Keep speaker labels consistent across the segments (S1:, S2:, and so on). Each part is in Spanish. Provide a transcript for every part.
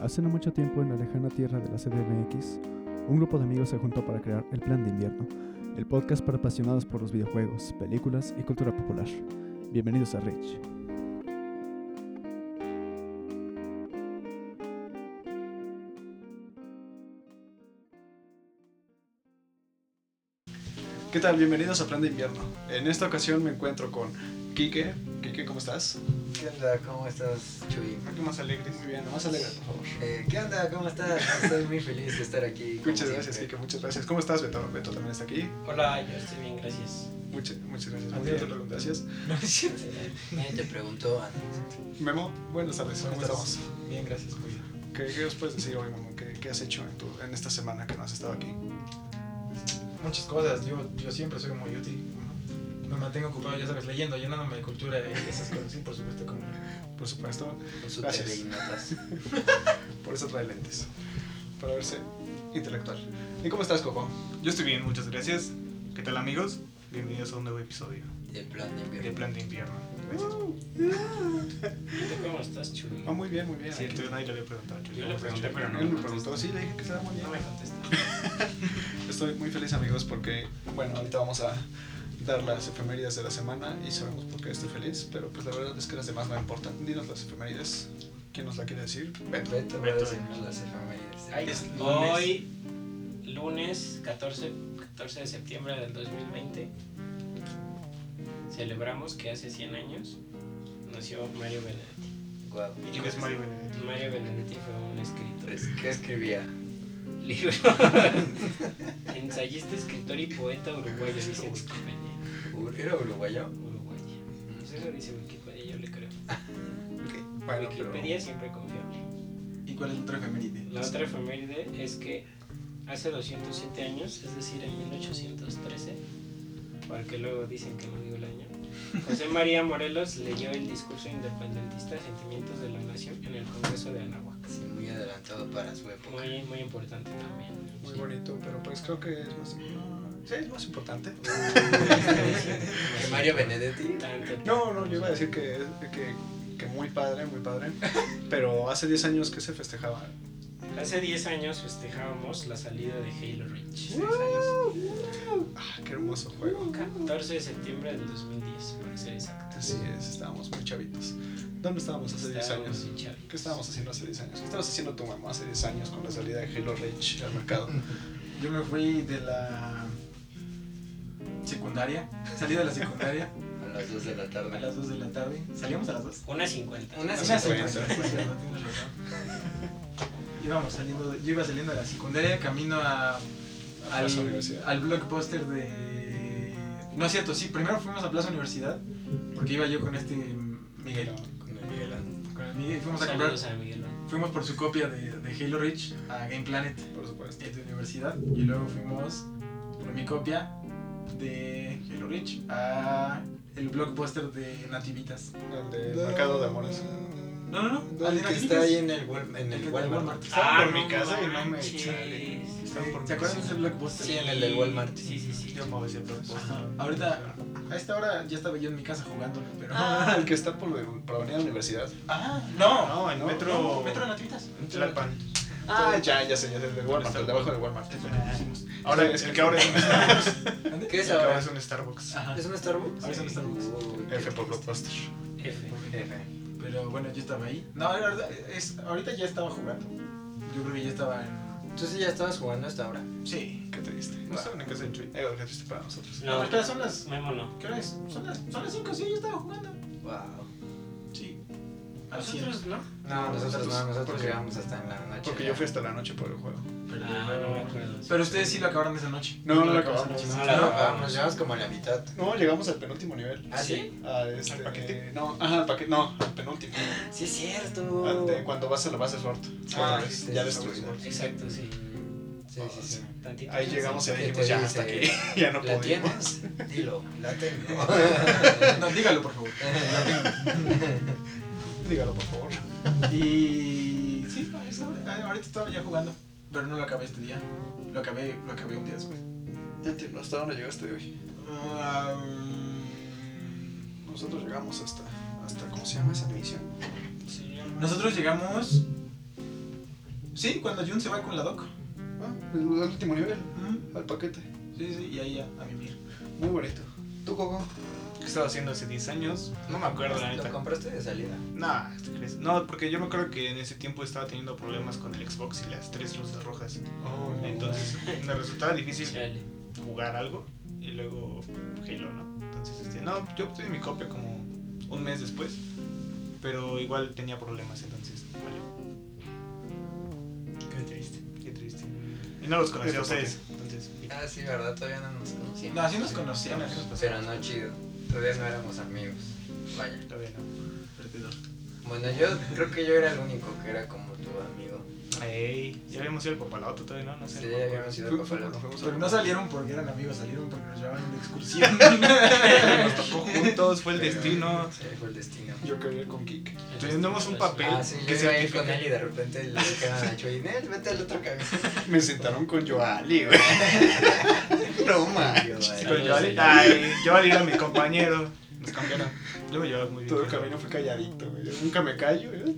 S1: Hace no mucho tiempo en la lejana tierra de la CDMX, un grupo de amigos se juntó para crear El Plan de Invierno, el podcast para apasionados por los videojuegos, películas y cultura popular. Bienvenidos a Rich. ¿Qué tal? Bienvenidos a Plan de Invierno. En esta ocasión me encuentro con Quique. Quique, ¿cómo estás?
S2: ¿Qué onda? ¿Cómo estás, Chuy?
S1: Aquí más alegre. Muy bien, más alegre, por favor.
S2: Eh, ¿Qué onda? ¿Cómo estás? Estoy muy feliz de estar aquí. como
S1: Muchas gracias,
S2: siempre.
S1: Kike, muchas gracias. ¿Cómo estás, Beto? Beto también está aquí.
S3: Hola, yo estoy bien, gracias.
S1: Muchas, muchas gracias. Muy
S3: Adiós.
S1: bien, Beto, gracias.
S2: Nadie te preguntó antes.
S1: Memo, buenas tardes. ¿Cómo estamos?
S3: Bien, gracias, pues. muy bien.
S1: ¿Qué, qué nos puedes decir hoy, Memo? ¿Qué, qué has hecho en, tu- en esta semana que no has estado aquí?
S3: Muchas cosas, yo, yo siempre soy muy útil. Me mantengo ocupado, ya sabes, leyendo, llenándome de cultura y esas cosas, sí, por supuesto, como...
S1: Por supuesto,
S2: Con su
S1: Gracias.
S2: TV y notas.
S1: por eso trae lentes. Para verse intelectual. ¿Y cómo estás, Coco?
S4: Yo estoy bien, muchas gracias. ¿Qué tal amigos? Bienvenidos a un nuevo episodio
S2: De plan de
S4: de
S2: invierno.
S4: Plan de Invierno. Gracias.
S3: ¿Y tú cómo estás, Chuy?
S1: Ah, muy bien, muy bien.
S4: Sí,
S1: Aquí.
S4: entonces nadie le había preguntado.
S3: Yo le pregunté, pero no.
S1: Él me preguntó, sí, le dije que estaba muy bien.
S3: No me contestas.
S1: Estoy muy feliz amigos porque, bueno, ahorita vamos a dar las efemérides de la semana y sabemos por qué estoy feliz, pero pues la verdad es que las demás no importan. Dinos las efemérides. ¿Quién nos la quiere decir? Beto.
S2: Beto va a
S4: Beto.
S2: decirnos las efemérides.
S3: Ay,
S4: Es lunes.
S3: hoy, lunes 14, 14 de septiembre del 2020, celebramos que hace 100 años nació Mario Benedetti.
S2: Guau.
S4: ¿Y quién es Mario Benedetti?
S3: Mario Benedetti fue un escritor.
S2: Pues, ¿Qué escribía?
S3: Libro. Ensayista, escritor y poeta uruguayo, dice Wikipedia.
S2: Ur- ¿Era uruguayo?
S3: Uruguaya. Pues eso dice Wikipedia, yo le creo.
S2: Bueno, pero-
S3: Wikipedia siempre confiable.
S4: ¿Y cuál es el otro femenino?
S3: La otra efeméride es que hace 207 años, es decir, en 1813, porque luego dicen que no digo el año, José María Morelos leyó el discurso independentista Sentimientos de la Nación en el Congreso de Anahuac.
S2: Sí, muy adelantado para su época.
S3: Muy, muy importante también.
S1: Muy
S3: Sí.
S1: bonito, pero pues creo que es más, no, sí, es más importante.
S2: ¿Que Mario Benedetti?
S3: Tanto.
S1: No, no, yo iba a decir que, que, que muy padre, muy padre, pero hace 10 años que se festejaba. ah,
S3: Hace 10 años festejábamos la salida de Halo Reach.
S1: Ah, qué hermoso juego.
S3: 14 de septiembre del 2010, para ser exacto.
S1: Así es, estábamos muy chavitos. ¿Dónde estábamos hace 10
S3: Estábamos
S1: años?
S3: en Chavi.
S1: ¿Qué estábamos haciendo hace 10 años? ¿Qué estabas haciendo tu mamá hace 10 años con la salida de Halo Reach al mercado?
S4: Yo me fui de la secundaria, salí de la secundaria
S2: A las 2 de la
S4: a
S2: tarde.
S4: las 2 de la tarde. ¿Salíamos a las 2?
S3: Una 50.
S2: Una
S1: Una
S2: cincuenta.
S4: Íbamos saliendo, de- yo iba saliendo de la secundaria, camino a
S1: A la
S4: al,
S1: universidad.
S4: al blockbuster de... No es cierto, sí, primero fuimos a Plaza Universidad, porque iba yo con este Miguel.
S2: Con el Miguel Ángel.
S4: Con el Miguel, fuimos a comprar,
S3: Saludos a Miguel.
S4: fuimos por su copia de, de Halo Reach a Game Planet
S1: Por supuesto.
S4: en tu universidad, y luego fuimos por mi copia de Halo Reach a el blockbuster de Nativitas.
S1: El del mercado de amores.
S4: No, no, no, al de
S2: El que está
S4: Nativitas.
S2: ahí en el, Wal- en
S4: El
S2: el
S4: del
S2: Walmart.
S4: Walmart. Ah,
S1: por mi casa y no me-
S3: manches.
S1: chale.
S4: ¿Se acuerdan de ese blockbuster?
S2: Sí, en el del Walmart.
S3: Sí, sí, sí.
S4: Yo me voy siempre.
S3: Ah,
S4: Ahorita, a esta hora ya estaba yo en mi casa jugándolo, pero.
S1: Ah, el que está por, por la avenida de la universidad.
S4: Ah, no.
S1: No, en metro-
S4: metro de Nativitas.
S1: Tlalpan. Ah, ya, ya sé, ya sé, el del Walmart, el de abajo del
S4: Ah,
S1: Walmart.
S4: Ahora,
S1: Sí, Ah,
S4: es el que ahora es un Starbucks.
S2: ¿Qué es
S4: El que
S2: ahora?
S4: es un Starbucks. Ajá.
S2: ¿Es un Starbucks?
S4: Ahora es un Starbucks.
S2: Uy, qué
S1: F
S2: triste.
S1: por Blockbuster.
S3: F.
S2: F.
S4: Pero bueno, yo estaba ahí. No, la verdad, es, ahorita ya estaba jugando. Yo creo que ya estaba en.
S2: Entonces ya estabas jugando hasta ahora.
S4: Sí.
S1: Qué triste. No saben en qué se chuy. Eh, qué triste para nosotros.
S4: No,
S3: No,
S4: espera, son las.
S3: Memo no.
S4: ¿Qué hora es? Son las, son las 5, sí, yo estaba jugando.
S2: Wow.
S4: Sí. A las
S3: Nosotros no.
S2: No, nosotros no, nosotros
S1: porque-
S2: llegamos hasta en la noche.
S1: Porque yo fui hasta la noche por el juego.
S4: Pero,
S3: Ah, no me acuerdo.
S4: pero ustedes sí lo acabaron esa noche.
S1: No,
S4: Yo
S1: no lo
S4: acabé esa
S1: acabamos.
S4: noche.
S3: No,
S2: No,
S3: la-
S4: No.
S2: vamos, llegamos como a la mitad.
S1: No, llegamos al penúltimo nivel.
S2: ¿Ah, sí?
S1: A este, ¿Al
S4: paquete?
S1: No, ajá, al paquete, no, al penúltimo.
S2: Sí, es
S1: Al
S2: cierto.
S1: Ah, de cuando vas a la base Fort.
S2: Ah,
S1: Otra vez,
S2: sí,
S1: ya
S2: sí,
S1: destruido.
S2: sí,
S3: Exacto, sí.
S2: Sí, sí, sí.
S3: Tantito.
S1: Ahí llegamos y ahí
S2: Que
S1: dijimos,
S2: te
S1: ya hasta
S2: dice,
S1: aquí, ya no
S2: ¿La
S1: podemos.
S2: tienes? Dilo, la tengo.
S4: No, dígalo, por favor.
S1: Dígalo, por favor.
S4: Y sí, a esa hora- a- ahorita estaba ya jugando, pero no lo acabé este día. Lo acabé, lo acabé un día después.
S1: Entiendo, ¿hasta dónde llegaste hoy?
S4: Ah, mm,
S1: Nosotros llegamos hasta, hasta ¿cómo se llama esa misión?
S3: Sí,
S4: Nosotros llegamos Sí, cuando Jun se va con la doc.
S1: Ah, el, al último nivel, al paquete.
S4: Sí, sí, y ahí ya, a mimir.
S1: Muy bonito. ¿Tú, Coco?
S5: ¿Qué estaba haciendo hace 10 años? No me acuerdo, la
S2: Lo
S5: neta.
S2: compraste de salida.
S5: Nah, ¿tú crees? No, porque yo me acuerdo que en ese tiempo estaba teniendo problemas con el Xbox y las tres luces rojas.
S1: Oh,
S5: Entonces me resultaba difícil
S3: Chale.
S5: jugar algo y luego Halo, ¿no? Entonces, este, no, yo obtuve mi copia como un mes después, pero igual tenía problemas, entonces, vale. Qué triste. Qué triste. Y no los conocía a ustedes, entonces.
S2: Ah, sí, verdad, todavía no nos conocíamos.
S4: No, así nos conocíamos. así nos
S2: Pero
S4: pasábamos.
S2: no chido. Todavía no éramos amigos. Vaya.
S5: "Ah, Todavía no.
S4: Perdedor.
S2: Bueno, yo creo que yo era el único que era como tu amigo.
S5: Ey, ya habíamos ido al papaloto, todavía no, no sé.
S2: Sí,
S5: no me acuerdo.
S2: habíamos ido
S1: Fue-
S2: a
S1: fue cuando
S2: Papalote.
S1: fuimos a-
S4: Pero no salieron porque eran amigos, salieron porque nos llevaban de excursión.
S5: Nos tocó juntos, fue el destino.
S2: Sí, fue el destino.
S1: Yo quería ir con Kik.
S5: Tenemos un papel.
S2: Ah, sí,
S5: que
S2: yo iba a ir
S5: significa-
S2: con él y de repente le dije a Nacho, y Nel, vete al otro camino.
S1: Me sentaron con Joali, güey. no manches.
S5: Sí, con Joali. Ay, Joali era mi compañero. Nos cambiaron. Yo me llevaba muy bien.
S1: Todo el
S5: con
S1: camino fue calladito, güey. Yo nunca me callo, ¿eh? güey.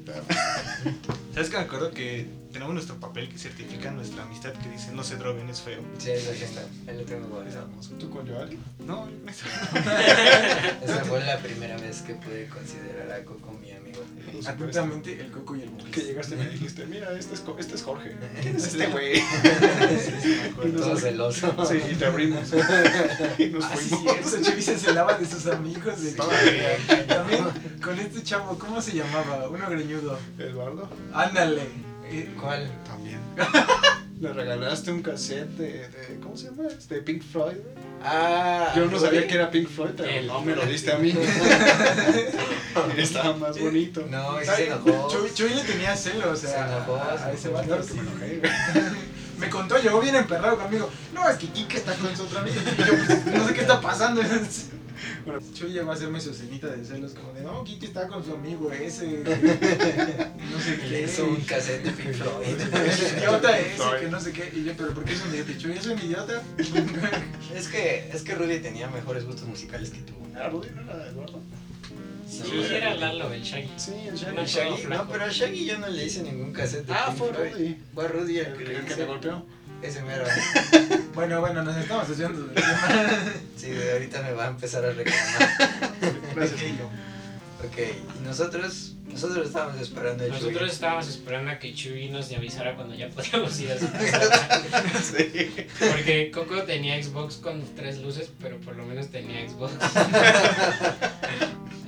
S5: ¿Sabes que me acuerdo que tenemos nuestro papel que certifica nuestra amistad que dice no se droguen, es feo?
S2: Sí, ahí lo tengo, ahí lo tengo guardado.
S1: ¿Tú con Joali?
S5: No, yo no
S2: Esa fue la primera vez que pude considerar a Coco mi amigo.
S5: Ah,
S4: Atentamente, el coco y el
S1: Que
S4: Moquis.
S1: llegaste y me dijiste, mira, este es, Co- este es Jorge. ¿Quién es este güey?
S2: Todo celoso.
S1: Sí, y te abrimos. y nos
S4: Ah, sí,
S1: fuimos.
S4: cierto, Chavisa se lava de sus amigos. De
S5: Sí.
S4: También con este chavo, ¿cómo se llamaba? Uno greñudo.
S1: Eduardo,
S4: Ándale. Eh,
S2: ¿Cuál?
S1: también. Le regalaste un cassette de, de- ¿cómo se llama? De Pink Floyd. güey.
S2: Ah,
S1: Yo no sabía
S2: Rudy.
S1: que era Pink Floyd, pero
S3: El-
S1: Eh, no me lo diste a mí. Estaba más bonito.
S2: No, y
S4: Ay,
S2: se enojó.
S4: Chuy, Chuy le tenía celos, o sea,
S2: Se enojó,
S4: a-
S2: se
S4: a ese
S2: enojó.
S1: Claro
S4: vato sí.
S1: que me enojé, güey.
S4: Me contó, llegó bien emperrado conmigo. No, es que Kike está con su otro amigo. Y yo, pues, no sé qué está pasando. Bueno, Chuy llegó a hacerme su cenita de celos, como de, no, Kike está con su amigo ese. No sé
S2: Y
S4: qué.
S2: Le hizo un cassette de Pink
S4: Es
S2: Floyd.
S4: idiota ese, que no sé qué. Y yo, pero ¿por qué es un idiota? Y Chuy es un idiota.
S2: es que, es que Rudy tenía mejores gustos musicales que tú.
S1: Ah, Rudy no era de Eduardo.
S3: ah, Sí, era Lalo, el Shaggy.
S1: Sí, el
S3: No,
S2: El
S1: Shaggy.
S2: Shaggy, no, pero al Shaggy yo no le hice ningún cassette de
S1: Ah,
S2: Pink
S1: fue
S2: Floyd.
S1: Rudy.
S2: Fue Rudy el que
S1: El,
S2: le
S1: el que
S2: hizo.
S1: te golpeó.
S2: Ese mero.
S4: Bueno, bueno, nos estamos haciendo del tema.
S2: Sí, de ahorita me va a empezar a reclamar.
S1: Gracias.
S2: ok, y nosotros, nosotros estábamos esperando a Chuy.
S3: Nosotros estábamos esperando a que Chuy nos avisara cuando ya podíamos ir a su casa.
S1: Sí.
S3: Porque Coco tenía Xbox con tres luces, pero por lo menos tenía Xbox.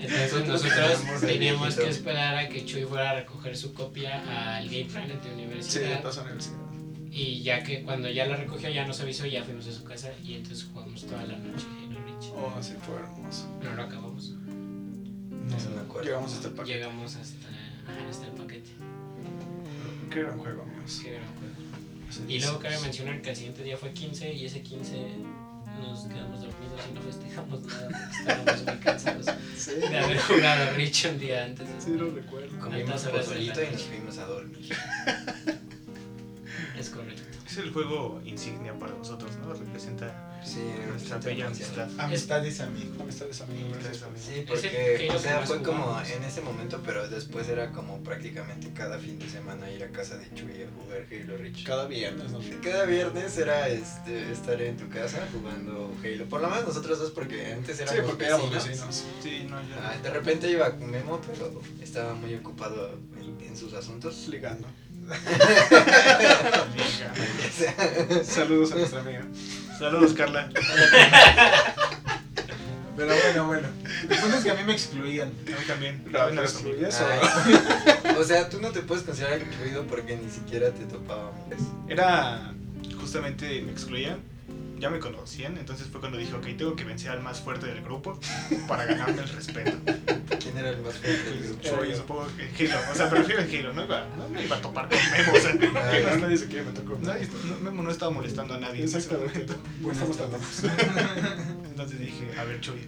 S3: Entonces nosotros
S2: Teníamos el
S3: teníamos que
S2: viejito.
S3: esperar a que Chuy fuera a recoger su copia al Game Planet de
S1: Sí,
S3: universidad.
S1: estás en la universidad.
S3: y ya que cuando ya la recogió ya nos avisó y ya fuimos a su casa y entonces jugamos toda la noche Halo Reach.
S1: Oh, sí, fue hermoso.
S3: No lo acabamos.
S2: No se me acuerdo.
S1: Llegamos hasta el parque.
S3: Llegamos hasta, ajá, hasta el paquete.
S1: Qué gran juego, amigos.
S3: Qué gran juego.
S1: Sí,
S3: Y luego cabe
S1: sí.
S3: mencionar que el siguiente día fue 15 y ese 15 nos quedamos dormidos y no festejamos nada porque estábamos muy cansados
S1: Sí,
S3: de haber jugado a Rich un día antes.
S1: sí, lo recuerdo.
S2: Comimos
S3: Altas horas de la
S2: pozolito y nos
S3: noche.
S2: fuimos a dormir.
S3: Es correcto.
S5: Es el juego insignia para nosotros, ¿no? Representa
S2: Sí,
S5: nuestra
S2: bastante
S5: bella
S2: canción.
S5: amistad.
S4: Amistades, amigos.
S1: Amistades, amigos. Gracias, amigos.
S2: Sí,
S3: Ese
S2: porque
S3: Halo
S2: o
S3: que
S2: sea,
S3: más
S2: fue como
S3: jugamos.
S2: en ese momento, pero después era como prácticamente cada fin de semana ir a casa de Chuy a jugar Halo Reach.
S1: Cada viernes, ¿no?
S2: Cada viernes era este, estar en tu casa jugando Halo. Por lo menos nosotros dos, porque antes éramos,
S1: Sí, porque éramos
S2: vecinos.
S1: vecinos.
S5: Sí, no, yo
S2: Ah, de repente iba con Memo, pero estaba muy ocupado en, en sus asuntos.
S1: Ligando.
S5: no.
S2: O sea,
S1: Saludos a nuestra amiga.
S5: Saludos, Carla.
S4: Pero bueno, bueno. El punto es que a mí me excluían.
S5: A mí también.
S1: No,
S5: Bueno,
S1: no
S5: también.
S1: excluyes, ¿o?
S2: ay, o sea, tú no te puedes considerar incluido porque ni siquiera te topaba amigos.
S5: Era justamente me excluían, ya me conocían, entonces fue cuando dije, ok, tengo que vencer al más fuerte del grupo para ganarme el respeto.
S2: ¿Quién era el más fuerte del grupo?
S1: Era
S5: Soy,
S1: yo.
S5: supongo que Halo, o sea, prefiero el Halo, no iba, no me iba a topar con Memo, o sea, no,
S2: Ah,
S1: Que no, nadie se quiere meter con
S5: nadie- no- Memo no estaba molestando a nadie en ese
S1: Exactamente.
S5: momento.
S1: No estamos tan locos.
S5: Entonces dije, a ver, Chuy,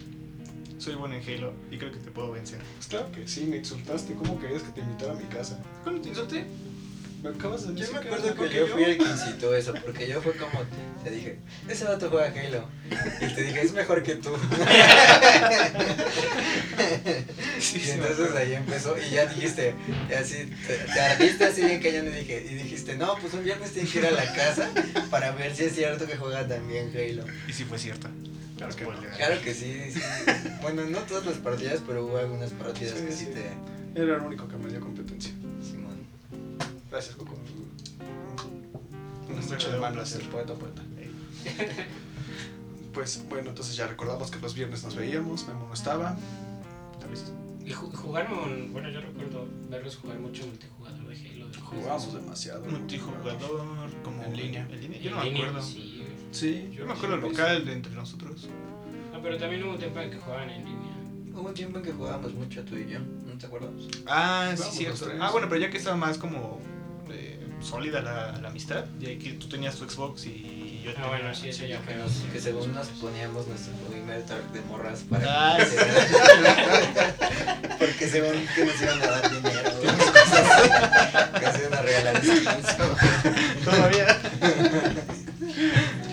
S5: soy bueno en Halo y creo que te puedo vencer.
S1: Pues claro que sí, me insultaste. ¿Cómo querías que te invitara a mi casa?
S5: ¿Cuándo te insulté?
S1: Me acabas de
S2: Yo
S1: decir
S2: me
S1: eras
S2: acuerdo
S1: mejor
S2: que yo fui el que incitó eso, porque yo fue como, te dije, ese vato juega Halo. Y te dije, es mejor que tú.
S5: sí,
S2: Y
S5: sí. me
S2: entonces
S5: acuerdo.
S2: ahí empezó y ya dijiste, y así, te, te ardiste así bien cañón y, dije, y dijiste, no, pues un viernes tienes que ir a la casa para ver si es cierto que juega también Halo.
S5: Y sí fue cierta. Claro que no.
S2: Claro que sí, sí. Bueno, no todas las partidas, pero hubo algunas partidas
S1: Sí,
S2: que sí,
S1: sí.
S2: te...
S1: Era el único que me dio competencia.
S2: Simón.
S1: Gracias, Coco.
S5: Un
S1: Un estuche
S5: verdadero
S1: de manos
S5: placer.
S1: del poeta poeta.
S5: Ey.
S1: Pues bueno, entonces ya recordamos que los viernes nos veíamos, Memo no estaba.
S5: Tal vez sí.
S3: Y ju- jugaron, bueno, yo recuerdo verlos jugar mucho multijugador de Halo. de juegos
S1: Jugábamos demasiado.
S5: Multijugador, como
S1: En línea.
S5: En
S3: en
S5: línea, yo no me
S3: línea,
S5: acuerdo.
S3: Sí, güey.
S1: Sí,
S5: Yo me acuerdo local de entre nosotros.
S3: no, pero también hubo un tiempo en que jugaban en línea.
S2: Hubo un tiempo en que jugábamos mucho tú y yo, ¿no te acuerdas?
S5: Ah, sí,
S1: Vamos,
S5: cierto.
S1: los tres.
S5: Ah, bueno, pero ya que estaba más como eh, sólida la, la amistad, y aquí tú tenías tu Xbox y yo
S3: Ah,
S5: tenía...
S3: bueno, sí, eso ya fue.
S2: Que según nos poníamos nuestro primer track de morras para...
S5: Ah, sí.
S2: Porque según que nos iban a dar dinero, cosas que se iban a regalar skins.
S5: Todavía.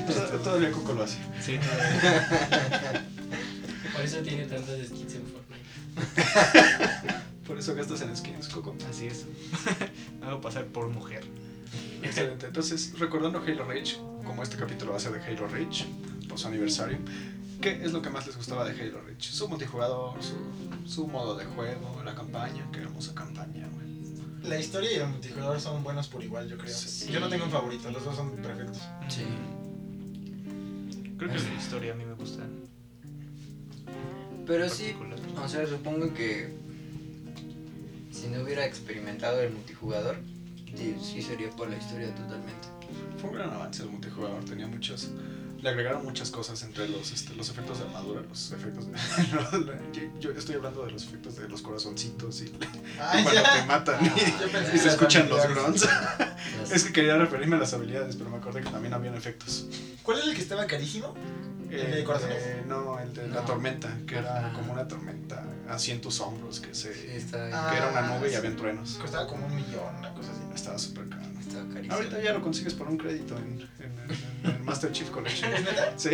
S1: Tod- Todavía Coco lo hace.
S5: Sí, todavía.
S3: Por eso tiene tantas skins en Fortnite.
S1: Por eso gastas en skins, Coco.
S5: Así es. Hago pasar por mujer.
S1: Excelente. Entonces, recordando Halo Reach, como este capítulo va a ser de Halo Reach, por su aniversario, ¿qué es lo que más les gustaba de Halo Reach? Su multijugador, su, su modo de juego, la campaña, qué hermosa campaña, güey.
S4: La historia y el multijugador son buenos por igual, yo creo.
S3: Sí.
S4: Yo no tengo un favorito, los dos son perfectos.
S2: Sí.
S5: Mm.
S2: Este.
S5: Creo que la historia a mí me gusta. en
S2: Pero sí,
S5: particular.
S2: o sea, supongo que si no hubiera experimentado el multijugador, sí, sí sería por la historia totalmente.
S1: Fue un gran avance el multijugador, tenía muchas. Le agregaron muchas cosas entre los, este, los efectos de armadura, los efectos de. yo, yo estoy hablando de los efectos de los corazoncitos y
S4: Ay,
S1: cuando te matan
S2: Ah,
S4: Yo pensé
S1: y, y
S4: que
S1: se escuchan los
S4: familiares.
S1: grunts.
S2: Las-
S1: Es que quería referirme a las habilidades, pero me acordé que también habían efectos.
S4: ¿Cuál es el que estaba carísimo? ¿El de corazones?
S1: eh, no, el de la
S2: No.
S1: tormenta, que era
S2: Ah.
S1: como una tormenta así en tus hombros, que se
S2: sí, está
S4: Ah.
S1: que era una nube y
S4: sí.
S1: había truenos.
S4: Costaba como un millón, una cosa así.
S1: Estaba súper caro.
S2: está carísimo.
S1: Ahorita ya lo consigues por un crédito en, en, en- en el Master Chief Collection.
S4: ¿Es neta?
S1: Sí,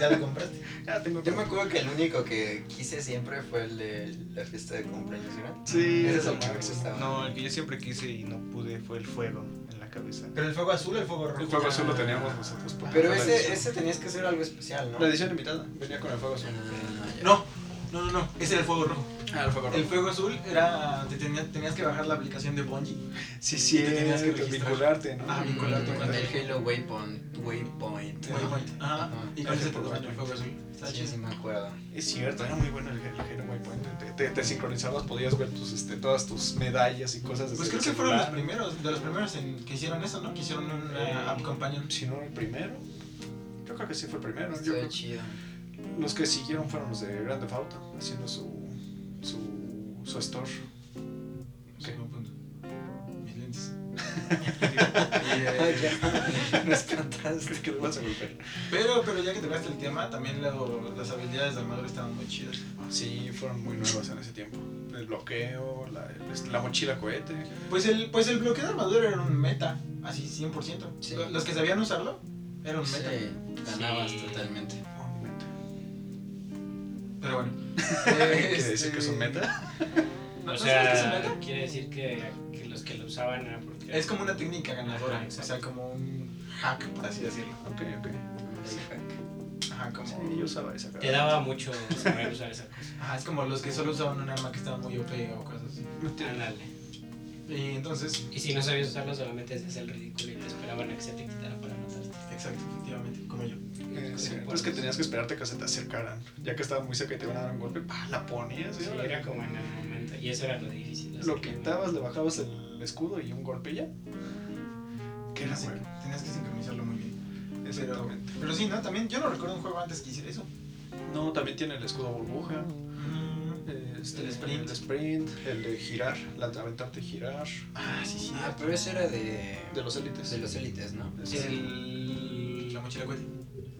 S4: ¿Ya lo compraste?
S1: ya tengo
S2: Yo me
S1: que...
S2: acuerdo que el único que quise siempre fue el de la fiesta de cumpleaños, ¿verdad?
S1: Sí,
S2: Ese es
S1: es
S2: el
S1: lo
S2: que me
S1: máximo.
S2: gustaba.
S5: No, el que yo siempre quise y no pude fue el fuego en la cabeza.
S4: ¿Pero el fuego azul o el fuego rojo? Ah.
S1: El fuego azul lo teníamos nosotros. porque
S2: Pero
S1: fue la
S2: ese,
S1: edición-
S2: ese tenías que hacer algo especial, ¿no?
S1: La edición limitada, venía con el fuego azul.
S2: Ah, ya.
S4: No, no, no, no, ese era el fuego rojo.
S1: Ah, el fuego
S4: El
S1: rojo.
S4: fuego azul era. Te tenías, tenías que bajar la aplicación de Bungie.
S1: Sí,
S4: Y
S1: sí,
S4: te tenías que registrar.
S1: vincularte, ¿no?
S4: Ah,
S2: Mm,
S4: vincularte
S2: con
S4: cuenta.
S2: el Halo Waypoint. Waypoint.
S4: Waypoint. Ajá. Y con ese te daban el fuego azul. Está
S2: Sí,
S4: chido.
S2: sí me acuerdo.
S1: Es cierto, era muy bueno el, el Halo Waypoint. Te, te, te sincronizabas, podías ver tus, este, todas tus medallas y cosas desde
S4: Pues creo
S1: el
S4: que fueron los
S1: celular.
S4: primeros, de los primeros en, que hicieron eso, ¿no? Que hicieron una app companion.
S1: Si no el primero. Yo creo que sí fue el primero. Yo
S2: Estuvo
S1: creo
S2: chido.
S1: que los que siguieron fueron los de Grand Theft Auto, haciendo su, su, su store.
S4: Sí, buen punto. Mis lentes.
S1: Ah,
S2: Ay, ya. Me espantaste.
S1: Creo que lo vas a golpear.
S4: Pero, pero ya que tocaste el tema, también lo- las habilidades de armadura estaban muy chidas.
S1: Sí, fueron muy nuevas en ese tiempo. El bloqueo, la, el- la mochila cohete.
S4: Pues el, pues el bloqueo de armadura era un meta, así 100%.
S2: Sí.
S4: Lo- Los que sabían usarlo, era un meta.
S2: Sí, ganabas
S3: Sí.
S2: totalmente.
S1: Oh, meta.
S4: Pero bueno. Este,
S1: ¿Qué quiere decir que es un meta?
S4: ¿No,
S3: o
S4: no
S3: sea,
S4: sabes qué es un meta?
S3: quiere decir que, que los que lo usaban era porque...
S4: Es como una técnica ganadora,
S3: Ajá,
S4: o
S3: exacto.
S4: sea, como un hack, por así decirlo.
S1: Ok, ok.
S4: Ajá, como...
S1: Sí, yo usaba esa cara.
S3: Te daba mucho saber usar esa cosa.
S4: Ajá, es como los que solo usaban un arma que estaba muy OP o cosas así.
S3: Ándale.
S4: Y entonces,
S3: Y si no sabías usarlo, solamente hacías el ridículo y te esperaban a que se te quitara para matarte.
S4: exacto, efectivamente, como yo.
S1: Eh, sí, es
S3: pues,
S1: que tenías que esperarte que se te acercaran. Ya que estaba muy cerca y te iban a dar un golpe, pa, la ponías. y
S3: Sí,
S1: ahora
S3: era como en el momento. Y eso era lo difícil.
S1: Lo
S3: así que-
S1: quitabas, le bajabas el escudo y un golpe y ya. Que era
S4: Así que
S1: bueno.
S4: Tenías que sincronizarlo muy bien. Pero,
S1: Exactamente.
S4: pero sí, ¿no? También yo no recuerdo un juego antes que hiciera eso.
S1: No, también tiene el escudo burbuja, este,
S4: El sprint.
S1: el sprint, el de girar, la de aventarte y girar,
S4: Ah, sí, sí.
S2: Ah, pero eso era de,
S1: de los élites.
S2: de los élites, ¿no?
S1: Es
S4: El, la mochila cohete.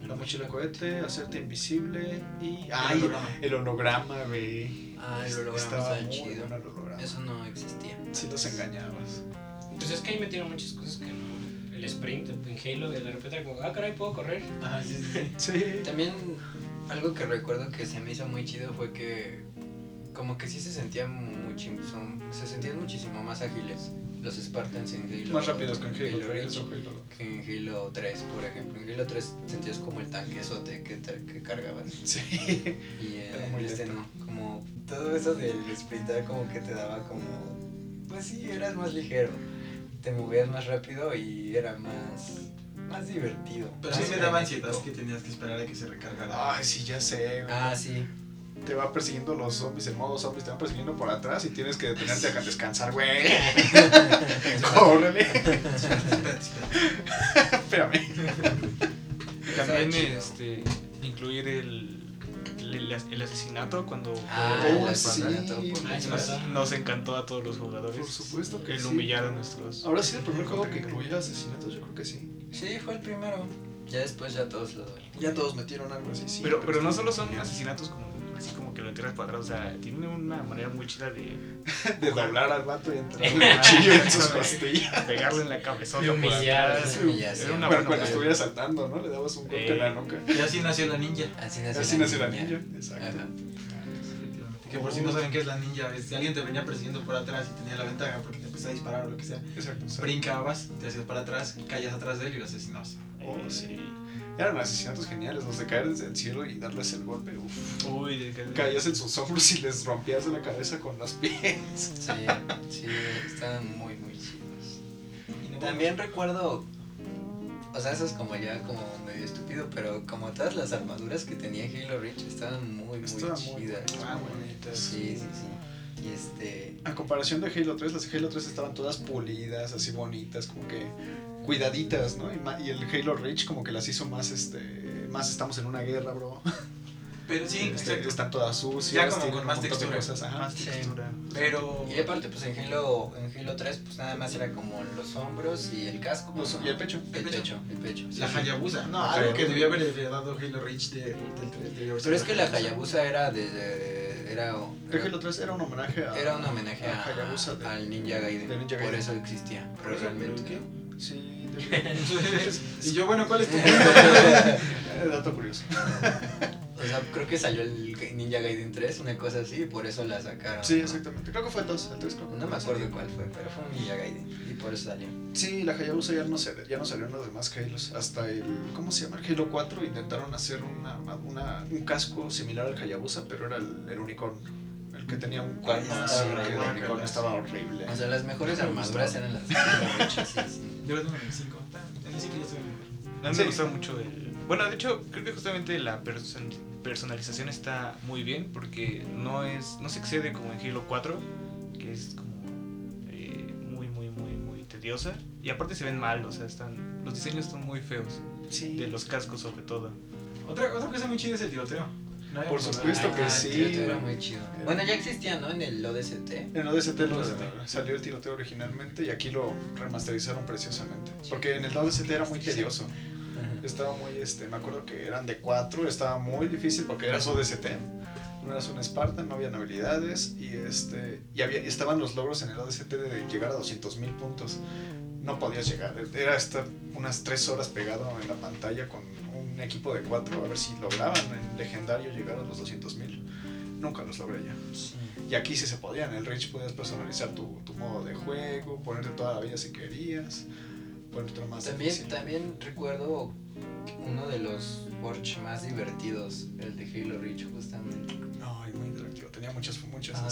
S1: La mochila cohete, hacerte invisible y.
S4: El
S1: ¡Ay!
S4: holograma.
S1: El holograma, güey.
S2: Ah, el holograma
S1: Estaba
S2: estaba
S1: muy
S2: chido.
S1: bueno el holograma.
S2: Eso no existía.
S1: Sí, los engañabas.
S3: Pues es que ahí metieron muchas cosas que no. El sprint en Halo, de repente era como, ah, caray, puedo correr.
S4: Ah, sí, sí, sí.
S1: Sí.
S2: También algo que recuerdo que se me hizo muy chido fue que como que sí se sentían muchísimo, se sentían muchísimo más ágiles los Spartans en Halo.
S1: Más rápidos que en Halo
S2: Reach
S1: tres o Halo-
S2: que en Halo 3, por ejemplo. En Halo 3 sentías como el tanquezote que, tra- que cargabas.
S1: Sí.
S2: Y eh,
S1: Era
S2: en
S1: muy
S2: este
S1: lento.
S2: no. Como todo eso del sprintar como que te daba como... Pues sí, eras más ligero. Te movías más rápido y era más... Más divertido.
S4: Pero sí
S2: Más
S4: me daba
S2: frenético.
S4: ansiedad que tenías que esperar a que se recargara.
S1: Ay, sí, ya sé, güey.
S2: Ah, sí.
S1: Te va persiguiendo los zombies, en modo zombies, te van persiguiendo por atrás y tienes que detenerte a descansar, güey. Córrele.
S4: Espérate, espérate, espérate.
S1: Espérame.
S5: Y también
S2: Está chido.
S5: este, incluir el, el, el asesinato cuando
S2: Ah,
S1: Oh,
S2: el
S1: sí.
S2: asesinato por
S3: Ah, es
S2: detrás.
S3: verdad.
S5: nos encantó a todos los
S1: Por
S5: jugadores
S1: supuesto que
S5: el
S1: sí.
S5: humillar a nuestros...
S1: Ahora sí, el primer juego que incluía asesinatos, yo creo que sí.
S2: Sí, fue el primero. Ya después ya todos lo
S1: Ya todos metieron algo así, sí.
S5: pero, pero no solo son asesinatos como, así como que lo entierras para atrás, o sea, tiene una manera muy chida de
S1: De doblar al vato y entrar el cuchillo en sus costillas.
S5: pegarle en la cabezota.
S3: Y
S5: por
S3: humillar,
S5: atrás.
S2: sí, humillación.
S5: Era una
S1: Bueno, Eh,
S5: buena
S1: cuando
S5: manera.
S1: estuviera saltando, ¿no? Le dabas un golpe en la nuca.
S4: Y así nació la ninja.
S2: Así nació
S1: Así
S2: la
S1: nació la
S2: niña.
S1: ninja. Exacto.
S2: Ajá.
S4: Efectivamente. Que por si no saben qué es la ninja, es si alguien te venía persiguiendo por atrás y tenía la ventaja porque te empezó a disparar o lo que sea,
S1: Exacto. exacto.
S4: brincabas, te hacías para atrás, caías atrás de él y lo asesinabas.
S1: Oh, sí. Eran asesinatos geniales, los de caer desde el cielo y darles el golpe. Uf.
S5: Uy, de que-
S1: Caías en sus hombros y les rompías la cabeza con las pies.
S2: Sí, sí, estaban muy, muy chidos. También recuerdo, o sea, eso es como ya como medio estúpido, pero como todas las armaduras que tenía Halo Reach estaban muy, muy
S1: Estaban muy
S2: chidas.
S1: buenas.
S4: Ah, bonitas.
S2: sí, sí, sí. Y este,
S1: A comparación de Halo 3, las de Halo 3 estaban todas pulidas, así bonitas, como que cuidaditas, ¿no? Y, ma- y el Halo Reach como que las hizo más, este, más estamos en una guerra, bro.
S4: Pero sí,
S1: Este,
S4: exacto.
S1: están todas sucias,
S4: Ya como
S1: tienen
S4: con
S1: un
S4: más
S1: montón de
S4: textura.
S1: cosas, ajá.
S5: Más
S2: Sí.
S5: textura.
S4: Pero.
S2: y aparte pues en Halo, en Halo 3 pues nada más era como los hombros y el casco.
S1: Los-
S2: ¿no?
S1: Pues, y el pecho.
S2: El pecho, el pecho. sí,
S4: La
S2: sí.
S4: Hayabusa. No,
S1: La
S4: algo que
S1: Hayabusa.
S4: debió haber heredado Halo Reach de, del 3. debió haber sido
S2: Pero es que la
S4: Hayabusa.
S2: Hayabusa era de, de- era,
S1: El Halo 3 era un homenaje a...
S2: era un homenaje
S1: a
S2: a-
S1: Hayabusa de-
S2: al Ninja Gaiden,
S1: de Ninja
S2: por
S1: Gaiden.
S2: eso existía, pero
S4: Pero
S2: realmente
S4: ¿qué?
S2: no.
S1: Sí, de-
S4: y yo, bueno, ¿cuál es tu
S1: eh, dato curioso.
S2: O sea, creo que salió el Ga- Ninja Gaiden 3, una cosa así, y por eso la sacaron.
S1: Sí,
S2: ¿no?
S1: exactamente. Creo que fue el 2, el 3 creo. que
S2: No
S1: fue
S2: me
S1: el
S2: acuerdo
S1: dos.
S2: cuál fue, pero fue un Ninja Gaiden, y por eso salió.
S1: Sí, la Hayabusa ya no, se, ya no salió en los demás Halos. Hasta el. ¿Cómo se llama? El Halo 4 intentaron hacer una, arma- una- un casco similar al Hayabusa, pero era el, el unicornio. El que tenía un cuerno
S2: Ah,
S1: así,
S2: sí,
S1: que el
S2: guácala.
S1: unicornio estaba horrible.
S2: O sea, las mejores
S5: Me
S1: pues,
S2: armaduras
S5: gustaba.
S2: eran las de Halo Reach, sí, sí.
S4: Yo tengo en el 5. En el 5 ya estoy
S5: A mí
S1: Sí.
S5: me gusta mucho el... Bueno, de hecho, creo que justamente la person- personalización está muy bien porque no es no se excede como en Halo 4, que es como eh, muy, muy, muy, muy tediosa. Y aparte se ven mal, o sea, están los diseños están muy feos,
S1: sí.
S5: de los cascos sobre todo.
S4: Otra, otra cosa muy chida es el tiroteo. No hay
S1: Por
S4: otro,
S1: supuesto
S4: ¿verdad?
S1: Pues que
S2: Ah,
S1: sí.
S2: el tiroteo era muy chido. Bueno, ya existía, ¿no? En el ODST.
S1: En ODST lo-
S4: ODST.
S1: salió el tiroteo originalmente y aquí lo remasterizaron preciosamente. Porque en el ODST era muy tedioso. Estaba muy, este, me acuerdo que eran de cuatro, estaba muy difícil porque eras ODST, no eras un Spartan, no habían habilidades y, este, y había, y estaban los logros en el ODST de llegar a 200 mil puntos. No podías llegar, era estar unas tres horas pegado en la pantalla con un equipo de cuatro a ver si lograban en legendario llegar a los 200 mil. Nunca los logré ya. Y aquí sí se podía, en el Reach podías personalizar tu, tu modo de juego, ponerte toda la vida si querías, ponerte lo más
S2: También,
S1: difícil.
S2: también recuerdo uno de los Forge más divertidos, el de Halo Reach, justamente.
S1: No, y muy interactivo. Tenía muchas, muchas.
S2: Ah,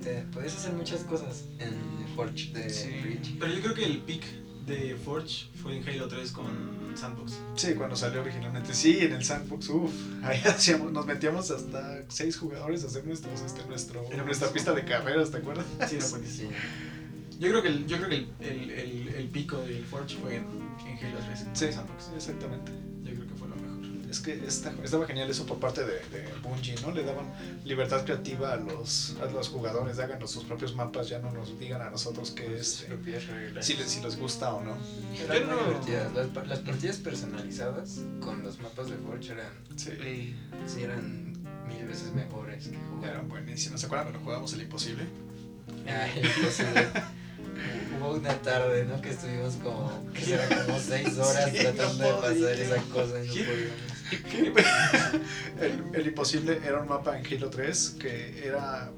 S1: este,
S2: te, puedes hacer muchas cosas en el Forge de
S5: Sí.
S2: Reach.
S4: Pero yo creo que el pick de Forge fue en Halo 3 con Sandbox.
S1: Sí, cuando salió originalmente. Sí, en el sandbox, uff. Ahí hacíamos, nos metíamos hasta seis jugadores a hacer nuestros, este, nuestro,
S4: Era
S1: nuestra
S4: buenísimo.
S1: pista de carreras, ¿te acuerdas?
S4: Sí, era buenísimo.
S2: Sí.
S4: Yo creo que el, yo creo que el, el, el, el pico del Forge fue en, en Halo 3. con
S1: Sí.
S4: Sandbox.
S1: Exactamente.
S4: Yo creo que fue lo mejor.
S1: Es que esta- estaba genial eso por parte de, de Bungie, ¿no? Le daban libertad creativa a los, a los jugadores, de háganos sus propios mapas, ya no nos digan a nosotros qué es, si les, si les gusta o no.
S2: pues, Eran muy
S5: no-
S2: divertidas. Las, pa- las partidas personalizadas con los mapas de Forge eran,
S1: Sí.
S5: Eh,
S2: sí eran mil veces mejores que jugar.
S1: Eran buenísimos. ¿Se acuerdan cuando jugábamos el imposible?
S2: Ay, imposible. Hubo una tarde, ¿no? Que estuvimos como, que será como seis horas
S1: Sí,
S2: tratando
S1: no
S2: de pasar
S1: podía.
S2: esa cosa y no podíamos.
S1: el, el imposible era un mapa en Halo 3 que era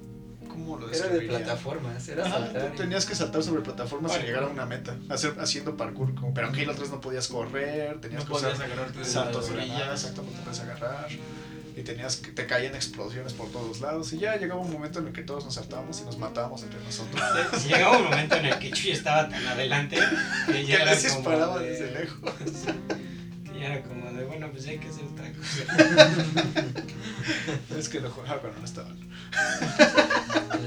S1: ¿Cómo lo
S2: Era de
S1: describiría?
S2: plataformas, era
S1: Ajá,
S2: saltar. y-
S1: tenías que saltar sobre plataformas y
S3: Parkour.
S1: llegar a una meta, hacer, haciendo parkour. como- pero en Halo 3 no podías correr, tenías
S5: No
S1: que usar
S5: podías agarrarte de
S1: saltos
S5: las
S1: granillas,
S5: orillas.
S1: exacto, no te puedes agarrar. Y tenías que, te caían explosiones por todos lados. Y ya llegaba un momento en el que todos nos saltábamos y nos matábamos entre nosotros.
S3: Llegaba un momento en el que Chuy estaba tan adelante que
S1: que
S3: ya
S1: les
S3: era como
S1: disparaba
S3: de,
S1: desde lejos.
S3: que ya era como de, bueno, pues ya hay que hacer otra cosa.
S1: Es que lo jugaba cuando no estaban.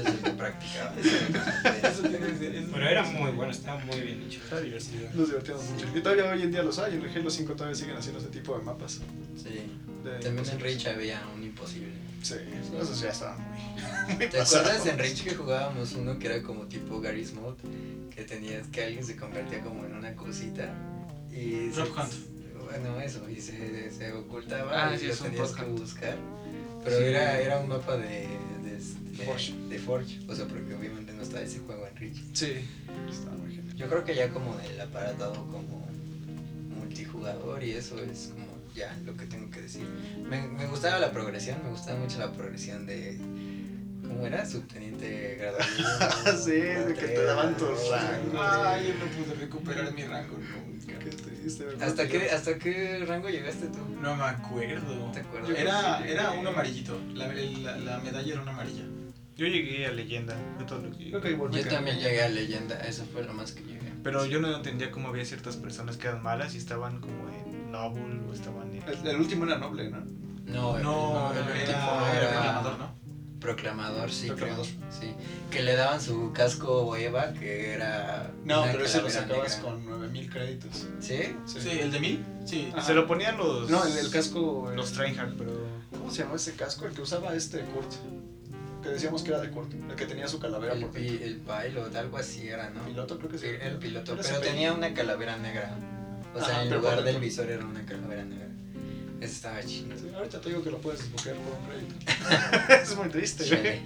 S2: Eso es lo que practicaba.
S4: Eso tiene que ser- eso-
S3: Pero era muy bueno, estaba muy bien hecho. Estaba divertido.
S1: Nos divertíamos mucho. Y todavía hoy en día los hay. En el Halo 5 todavía siguen haciendo ese tipo de mapas.
S2: Sí.
S1: De
S2: También en
S1: imposibles.
S2: Rich había un imposible.
S1: Sí, esos ya estaban muy. muy
S2: ¿Te acuerdas
S1: pasados.
S2: en Rich que jugábamos uno que era como tipo Garry's Mod? Que tenías que alguien se convertía como en una cosita y se-
S5: Rock Hunt.
S2: Bueno, eso, y se, se ocultaba
S5: Ah,
S2: y
S5: sí,
S2: lo
S5: es un
S2: tenías
S5: Rock
S2: que
S5: Hunt.
S2: buscar. Pero
S5: Sí.
S2: era, era un mapa de, de, este-
S1: Forge.
S2: de Forge, o sea, porque obviamente no estaba ese juego en Rich.
S1: Sí, estaba muy genial.
S2: Yo creo que ya como el aparatado como multijugador y eso es como ya lo que tengo que decir. Me, me gustaba la progresión, me gustaba mucho la progresión de... ¿Cómo era? Subteniente graduado.
S1: Sí, de que te daban tus rangos.
S4: Ay, yo no pude recuperar mi rango nunca.
S1: Qué triste, ¿verdad?
S2: ¿Hasta qué, ¿Hasta qué rango llegaste tú?
S4: No me acuerdo.
S2: ¿No te acuerdas?
S4: Era, era un amarillito. La, el- la- la medalla era una amarilla.
S5: Yo llegué a leyenda de todo lo que
S1: Creo que igual me
S2: Yo
S1: cambié.
S2: también llegué a leyenda, eso fue lo más que llegué.
S5: Pero yo no entendía cómo había ciertas personas que eran malas y estaban como en Noble o estaban en...
S1: El, el último era noble, ¿no?
S2: No, el-
S4: No,
S2: el
S4: era,
S2: último
S4: era,
S2: era
S4: programador, ¿no?
S2: Proclamador, sí,
S1: Proclamador.
S2: creo, sí. Que le daban su casco Eva, que era...
S1: No,
S2: una
S1: pero ese lo
S2: calavera
S1: sacabas
S2: negra.
S1: con 9000 créditos.
S2: ¿Sí?
S1: Sí.
S4: Sí. el de mil. Sí.
S1: Ajá.
S5: Se lo ponían los...
S1: No, el, el casco. el-
S5: Los Trainhack, pero...
S1: ¿Cómo se llamaba ese casco? El que usaba este Kurt. Que decíamos que era de Kurt. El que tenía su calavera
S2: El,
S1: por
S2: pi-
S1: dentro.
S2: el pilot, algo así era, ¿no?
S1: Piloto, creo que
S2: Sí,
S1: sí.
S2: era el piloto,
S1: Era ese
S2: pero
S1: pe-
S2: tenía una calavera negra. O sea,
S1: Ajá,
S2: en
S1: pero
S2: lugar
S1: por
S2: del
S1: dentro.
S2: visor era una calavera negra. Eso estaba chido.
S1: Sí, ahorita te digo que lo puedes desbloquear por un crédito. es muy triste, ¿eh?
S2: Chale.
S1: güey.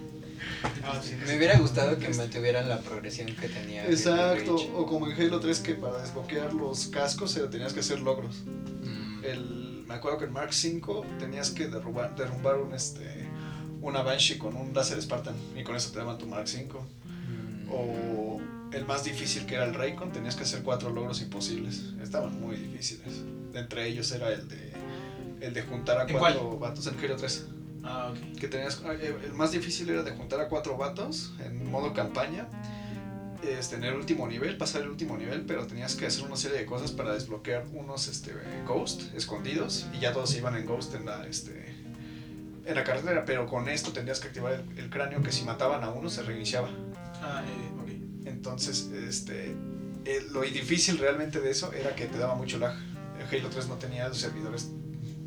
S1: Ah,
S2: Me hubiera gustado que mantuvieran la progresión que tenía. Halo
S1: Exacto,
S2: Reach.
S1: o como en Halo 3 que para desbloquear los cascos eh, tenías que hacer logros.
S2: Mm,
S1: El, me acuerdo que en Mark 5 tenías que derrubar, derrumbar un este una Banshee con un láser Spartan y con eso te daban tu Mark 5.
S2: mm,
S1: O el más difícil que era el Raycon, tenías que hacer cuatro logros imposibles. Estaban muy difíciles. Entre ellos era el de el de juntar a
S4: ¿En
S1: cuatro vatos en Halo 3.
S4: Ah, ok.
S1: Que tenías, eh, el más difícil era de juntar a cuatro vatos en modo campaña. Este, en el último nivel, pasar el último nivel, pero tenías que hacer una serie de cosas para desbloquear unos este, ghost escondidos y ya todos se iban en ghost en la, este, en la carretera. Pero con esto tendrías que activar el, el cráneo que si mataban a uno se reiniciaba.
S4: Ah, eh, ok.
S1: Entonces, este, eh, lo difícil realmente de eso era que te daba mucho lag. El Halo 3 no tenía servidores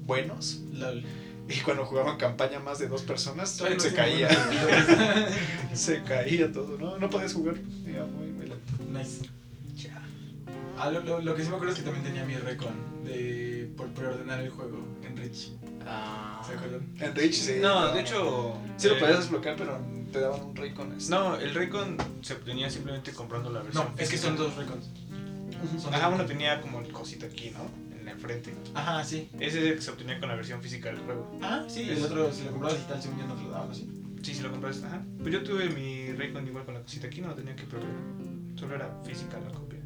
S1: buenos
S4: LOL.
S1: y cuando jugaban campaña más de dos personas
S4: Todavía no
S1: se
S4: sé
S1: caía.
S4: cómo era.
S1: Se caía todo, ¿no? No podías jugar. Era muy, muy lento.
S4: nice.
S2: ya.
S4: Ah, lo, lo- lo que sí me acuerdo es que también tenía mi recon de, por preordenar el juego en Rich.
S2: Ah,
S4: ¿Se acuerdan?
S1: En Rage sí.
S5: No, de hecho...
S1: Sí lo
S5: eh,
S1: podías desbloquear, pero te daban un rey con este. eso.
S5: No, el Raycon se obtenía simplemente comprando la versión.
S4: No, es que son dos recons. Son
S5: Ajá,
S4: dos.
S5: uno tenía como el cosito aquí, ¿no? En el frente.
S4: Ajá, sí.
S5: Ese es el que se obtenía con la versión física del juego.
S4: Ah, sí. El
S5: Es-
S4: otro, si lo compraba digital, según yo no te lo daban así.
S5: Sí, si lo compras, ajá. Pues yo tuve mi Raycon igual con la cosita aquí, no lo tenía que programar. Solo era física la copia.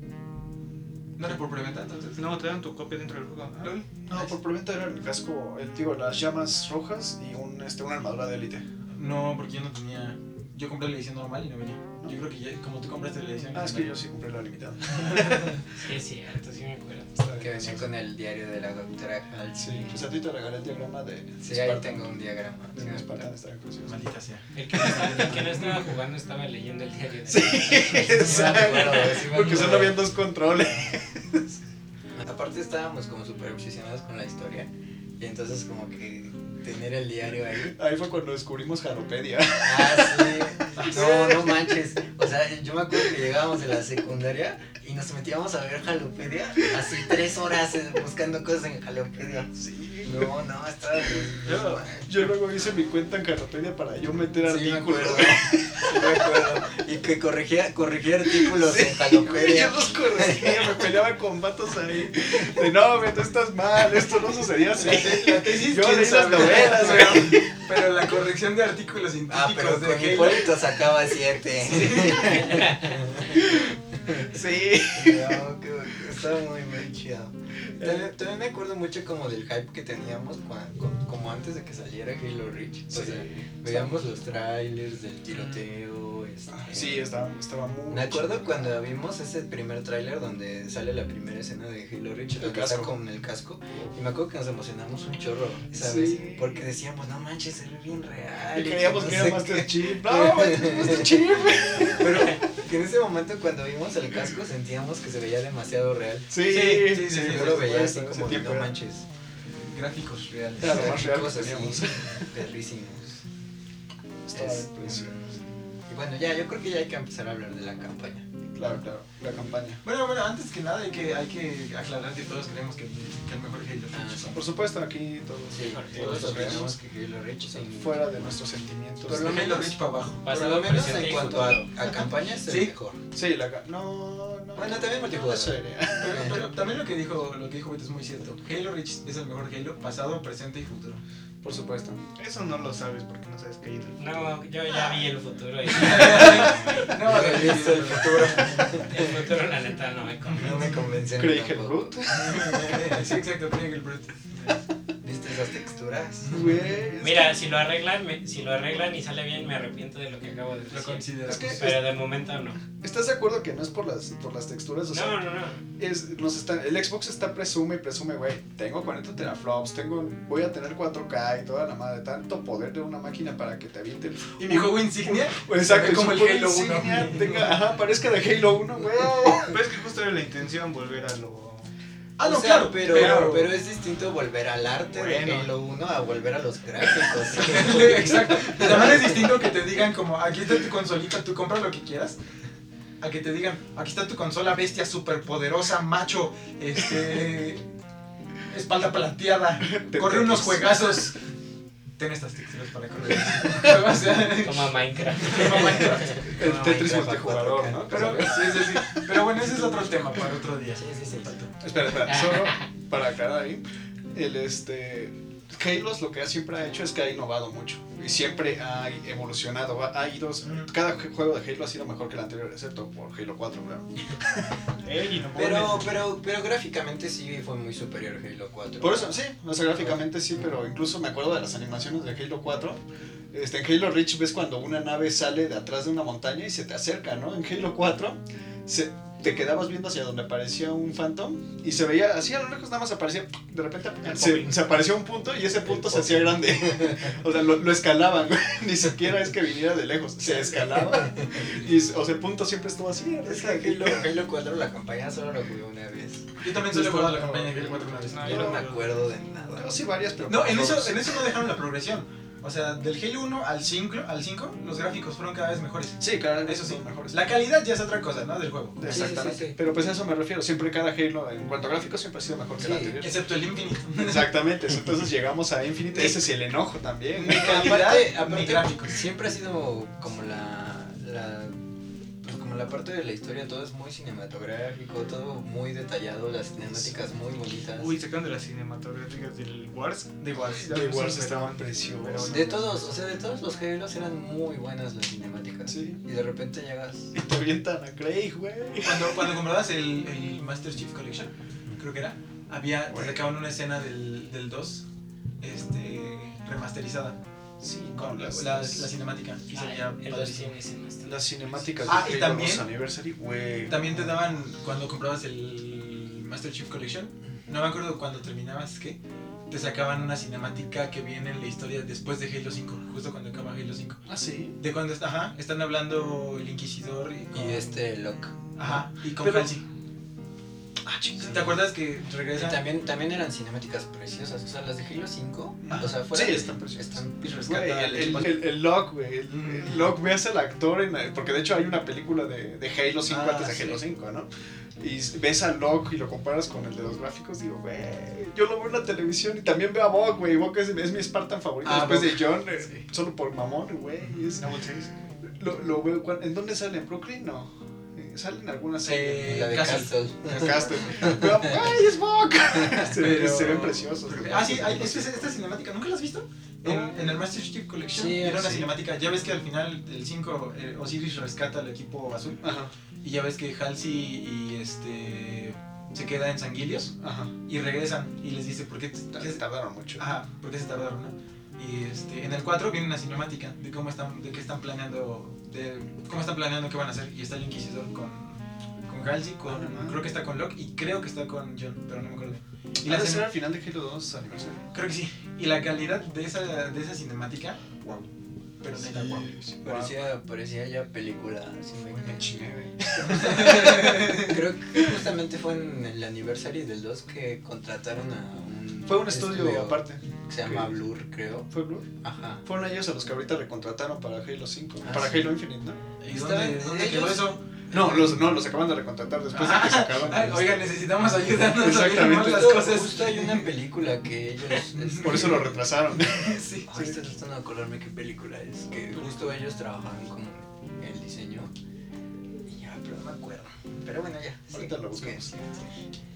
S4: ¿No era por preventa entonces?
S5: No, te dan tu copia dentro del juego. ajá.
S4: LOL.
S1: No, por preventa era el casco, el, digo, las llamas rojas y un, este, una armadura de élite.
S4: No, porque yo no tenía. Yo compré la edición normal y no venía. Yo creo que ya, como tú compraste la edición.
S1: Ah, es que yo
S4: normal.
S1: sí compré la limitada.
S3: Sí, es cierto, sí me acuerdo.
S2: que venía con el diario de la doctora Hall.
S1: Sí, pues a ti te regalé el diagrama de.
S2: Sí, ahí
S1: Spartan.
S2: tengo un diagrama.
S1: De un Spartan está curioso.
S4: Maldita sea.
S3: El que, no estaba, el que no estaba jugando estaba leyendo el diario de
S1: Sí,
S2: acuerdo,
S1: exacto.
S2: sí me
S1: Porque solo
S2: acuerdo.
S1: habían dos controles.
S2: Aparte estábamos como súper obsesionados con la historia. Y entonces como que tener el diario ahí
S1: Ahí fue cuando descubrimos Jalopedia.
S2: Ah, sí. No, no manches. O sea, yo me acuerdo que llegábamos de la secundaria y nos metíamos a ver Jalopedia así tres horas eh, buscando cosas en Jalopedia.
S1: Sí.
S2: No, no, estaba.
S5: Yo-
S1: Yo luego hice mi cuenta en Jalopedia para yo meter
S2: Sí, me
S1: artículos.
S2: acuerdo. Sí, me acuerdo. Y que corregía, corregía artículos
S1: Sí,
S2: en
S1: güey,
S2: Jalopedia.
S1: yo los corregía, me peleaba con vatos ahí. De no, güey, tú estás mal, esto no sucedía así.
S4: La tesis,
S1: Yo
S4: quién
S1: leí las
S4: sabe.
S1: novelas, güey.
S4: Pero la corrección de artículos
S2: Ah, pero
S4: científicos de
S2: con
S4: Halo.
S2: Hipólito sacaba 7. Sí. No, qué bueno, estaba muy, muy chido. También, también me acuerdo mucho como del hype que teníamos cua- co- como antes de que saliera Halo Reach. O sea, veíamos los trailers del tiroteo. Este,
S1: Ah, Sí, estaba, estaba muy.
S2: Me acuerdo
S1: chido.
S2: cuando vimos ese primer tráiler donde sale la primera escena de Halo Reach,
S1: El
S2: donde está
S1: casco.
S2: con el casco, y me acuerdo que nos emocionamos un chorro, ¿sabes?
S1: Sí.
S2: Porque decíamos, no manches, se ve bien real.
S1: Y creíamos
S2: no
S1: que
S2: sé
S1: era
S2: qué".
S1: Master Chief. No, pues, es Master Chief.
S2: Pero que en ese momento cuando vimos el casco sentíamos que se veía demasiado real.
S1: Sí,
S4: sí,
S1: sí,
S4: sí,
S1: sí.
S4: sí,
S2: Yo
S1: por
S2: lo veía así
S1: supuesto, ese
S2: como de
S1: tiempo
S2: no
S1: era-
S2: manches.
S4: Gráficos reales.
S1: Era lo más real que
S2: Cosas así,
S1: teníamos. pues,
S2: Perrísimos.
S1: Estaba
S2: Es-
S1: impresionante.
S2: pues, Y bueno, ya, yo creo que ya hay que empezar a hablar de la campaña.
S1: Claro, claro. La campaña.
S4: Bueno, bueno, antes que nada hay que, hay que aclarar que todos creemos que, que el mejor Halo
S2: Ah, sí.
S1: Por supuesto, aquí todos.
S2: Sí,
S1: todos
S2: todos opinamos
S1: creemos
S2: que Halo Reach es un-
S1: Fuera de nuestros sentimientos.
S2: Por
S4: Por
S2: lo
S4: lo
S2: menos-
S4: menos Reach para abajo.
S2: Por
S3: Pasado,
S2: lo menos
S3: presente
S2: en
S3: y
S2: cuanto a,
S3: futuro.
S2: a campañas es
S4: Sí.
S2: el mejor.
S1: Sí, la. ca- No, no.
S2: Bueno, también multijugador.
S1: No sé.
S4: Pero, pero también lo que dijo, lo que dijo Beto es muy cierto. Halo Reach es el mejor Halo pasado, presente y futuro.
S1: Por supuesto.
S5: Eso no lo sabes porque no sabes qué hay en el-
S3: No, yo ya vi el futuro y
S4: No,
S2: Yo he visto el futuro.
S3: el futuro la neta no me convence.
S2: No me convencen.
S1: Creí que el
S2: tampoco.
S1: Brut.
S4: sí, exacto, tiene que el Brute.
S2: ¿Viste esas texturas?
S1: Güey. es
S3: Mira, si lo arreglan, me- si lo arreglan y sale bien, me arrepiento de lo que acabo de
S4: Lo
S3: decir.
S4: consideramos.
S1: Es
S3: Pero de momento no.
S1: que- ¿Estás de acuerdo que no es por las, por las texturas? O sea,
S3: No, no, no.
S1: es, nos está, el Xbox está presume y presume, güey, tengo 40 teraflops, tengo, voy a tener 4K y toda la madre, tanto poder de una máquina para que te aviente. el-
S4: Y mi juego insignia,
S1: Exacto,
S4: como el
S1: super
S4: Halo 1.
S1: insignia, tenga- ajá, parezca de Halo 1, güey.
S5: Pero es que justo era la intención volver a lo.
S4: Ah, no,
S2: O sea,
S4: claro,
S2: pero,
S4: pero-
S2: pero es distinto volver al arte de
S5: Bueno.
S2: Halo 1 a volver a los gráficos.
S4: Exacto. También es distinto que te digan como, aquí está tu consolita, tú compra lo que quieras. A que te digan, aquí está tu consola bestia superpoderosa, macho, este espalda plateada, corre unos juegazos. Ten estas texturas para correr. o sea,
S3: Como Minecraft.
S4: como Minecraft.
S1: El Tetris
S2: Minecraft
S1: multijugador,
S2: 4K.
S1: ¿no?
S4: pero, sí, sí, sí. pero bueno, ese es otro tema para otro día.
S2: Sí, sí, sí.
S1: Espera, espera, solo para aclarar ahí, el este... Halo lo que siempre ha hecho es que ha innovado mucho y siempre ha evolucionado. ha- Ha ido, cada juego de Halo ha sido mejor que el anterior, excepto por Halo 4, claro.
S5: Ey, no
S2: Pero, pero, pero gráficamente sí fue muy superior Halo 4.
S1: Por eso, sí, o sea, gráficamente sí, pero incluso me acuerdo de las animaciones de Halo 4. Este, en Halo Reach ves cuando una nave sale de atrás de una montaña y se te acerca, ¿no? En Halo 4 se- te quedabas viendo hacia donde aparecía un Phantom y se veía así a lo lejos, nada más aparecía, de repente
S5: El
S1: se,
S5: popping.
S1: se aparecía un punto y ese punto se
S2: popping.
S1: hacía grande. O sea, lo, lo escalaban, güey, ni siquiera es que viniera de lejos, se escalaba. Y, o sea, el punto siempre estuvo así.
S2: Es que Halo, Halo 4 la campaña solo lo jugué una vez.
S4: Yo también
S2: Pues
S4: solo he jugado la campaña de Halo 4 una vez.
S5: No,
S2: Yo no me acuerdo de nada.
S1: Yo sí varias, pero...
S4: No, en eso,
S1: todos.
S4: en eso no dejaron la progresión. O sea, del Halo 1 al 5, al 5 los gráficos fueron cada vez mejores.
S1: Sí, claro,
S4: Eso sí,
S1: mejor.
S4: La calidad ya es otra cosa, ¿no? Del juego.
S2: Sí,
S1: Exactamente.
S2: sí, sí.
S1: Pero pues a eso me refiero. Siempre cada Halo, en cuanto a gráficos, siempre ha sido mejor que el
S2: Sí,
S1: anterior.
S4: Excepto el Infinite.
S1: Exactamente. eso, Entonces llegamos a Infinite. Ese es el enojo también.
S4: Ni calidad,
S2: Aparte,
S4: ni
S2: aparte
S4: gráficos.
S2: siempre ha sido como la, la pues como la parte de la historia, todo es muy cinematográfico, todo muy detallado, las cinemáticas muy bonitas.
S5: Uy, sacan de las cinematográficas del Wars.
S4: De igual.
S1: De Wars estaban preciosos.
S2: De todos, o sea, de todos los Halo eran muy buenas las cinemáticas.
S1: Sí.
S2: Y de repente llegas.
S1: Y te avientan a Craig, güey.
S4: Cuando, cuando comprabas el, el Master Chief Collection, creo que era, había, te sacaban una escena del, del 2 este, remasterizada
S1: Sí,
S4: con la, la- la cinemática. Y se veía
S3: Ah, El
S4: padrísimo.
S3: versión ese no está.
S1: las cinemáticas
S4: Ah, y
S1: de Halo
S4: también-
S1: 2 Anniversary, güey.
S4: También te daban, cuando comprabas el Master Chief Collection, no me acuerdo cuando terminabas, que Te sacaban una cinemática que viene en la historia después de Halo 5, justo cuando acaba Halo 5.
S1: Ah, sí.
S4: De cuando está, ajá, están hablando el Inquisidor y con,
S2: Y este Locke.
S4: ajá, y con
S1: Pero-
S4: Halsey.
S1: Ah, chingada.
S4: ¿Te acuerdas que
S2: Y
S4: regresa?
S2: también, también eran cinemáticas preciosas. O sea, las de Halo 5. o sea, fuera
S1: Ah, sí,
S2: de-
S1: están preciosas.
S2: están
S1: Güey,
S2: rescatadas.
S1: el, el, el, el Locke, güey. El,
S4: Mm.
S1: el Locke ves al actor, en la- porque de hecho hay una película de, de Halo 5
S4: Ah,
S1: antes de Halo
S4: sí.
S1: 5, ¿no? Y ves al Locke y lo comparas con el de los gráficos, digo, güey, yo lo veo en la televisión y también veo a Bog, güey. Bog es, es mi Spartan favorito
S4: Ah,
S1: después
S4: Bog.
S1: de John, eh,
S4: Sí.
S1: solo por mamón, güey. es- Lo, lo veo, cuan- ¿en dónde sale? ¿En Brooklyn? No. eh, salen algunas
S4: Eh,
S2: La de
S4: Castle.
S2: Castle.
S1: Castle. Pero, ¡ay, es Bok! Se, ven-
S4: Pero-
S1: se ven preciosos.
S4: Ah, sí, hay- es que esta- esta cinemática, ¿nunca la has visto? En, en el Master Chief Collection
S2: Sí,
S4: era una
S2: sí.
S4: cinemática. Ya ves que al final el 5 eh, Osiris rescata al equipo azul.
S1: Ajá,
S4: Y ya ves que Halsey y este se queda en Sanguilios
S1: ajá. ah,
S4: y regresan y les dice por qué, te- qué
S1: Se
S4: se-
S1: tardaron mucho.
S4: ajá, por qué se tardaron, ¿no? Y este, en el 4 viene una cinemática de cómo están de qué están planeando de cómo están planeando qué van a hacer y está el inquisidor con con Halsey, con
S1: Ah, no.
S4: creo que está con Locke y creo que está con John, pero no me acuerdo. Y
S1: Y
S4: la
S1: la
S4: cine-
S1: será al final de Halo 2 aniversario.
S4: creo que sí. Y la calidad de esa de esa cinemática, wow. Pero neta, wow.
S2: Parecía, parecía ya película. Así me,
S1: Me chingué, güey.
S2: Creo que justamente fue en el aniversario del 2 que contrataron a un.
S1: Fue un estudio aparte.
S2: Que se llama Blur, creo.
S1: Este, ¿Fue Blur?
S2: Ajá.
S1: Fueron ellos a los que ahorita recontrataron para Halo 5.
S2: Ah,
S1: para
S2: sí.
S1: Halo Infinite, ¿no?
S4: ¿Y
S2: Está-
S4: dónde, dónde quedó
S2: ellos-
S4: eso?
S1: No, los, no, los acaban de recontratar después de que sacaron.
S4: Ay,
S1: el- este.
S4: oiga, necesitamos ayuda. no sabemos
S1: Ah, Exactamente.
S4: las
S2: Justo-
S4: cosas.
S2: Justo hay una película que ellos. es-
S1: Por eso lo retrasaron.
S4: Sí.
S2: Ay, estoy tratando de acordarme qué película es. Que justo ellos trabajaban como en el diseño. Y ya, pero no me acuerdo. Pero bueno, ya.
S1: Ahorita lo
S2: es que-
S1: buscamos.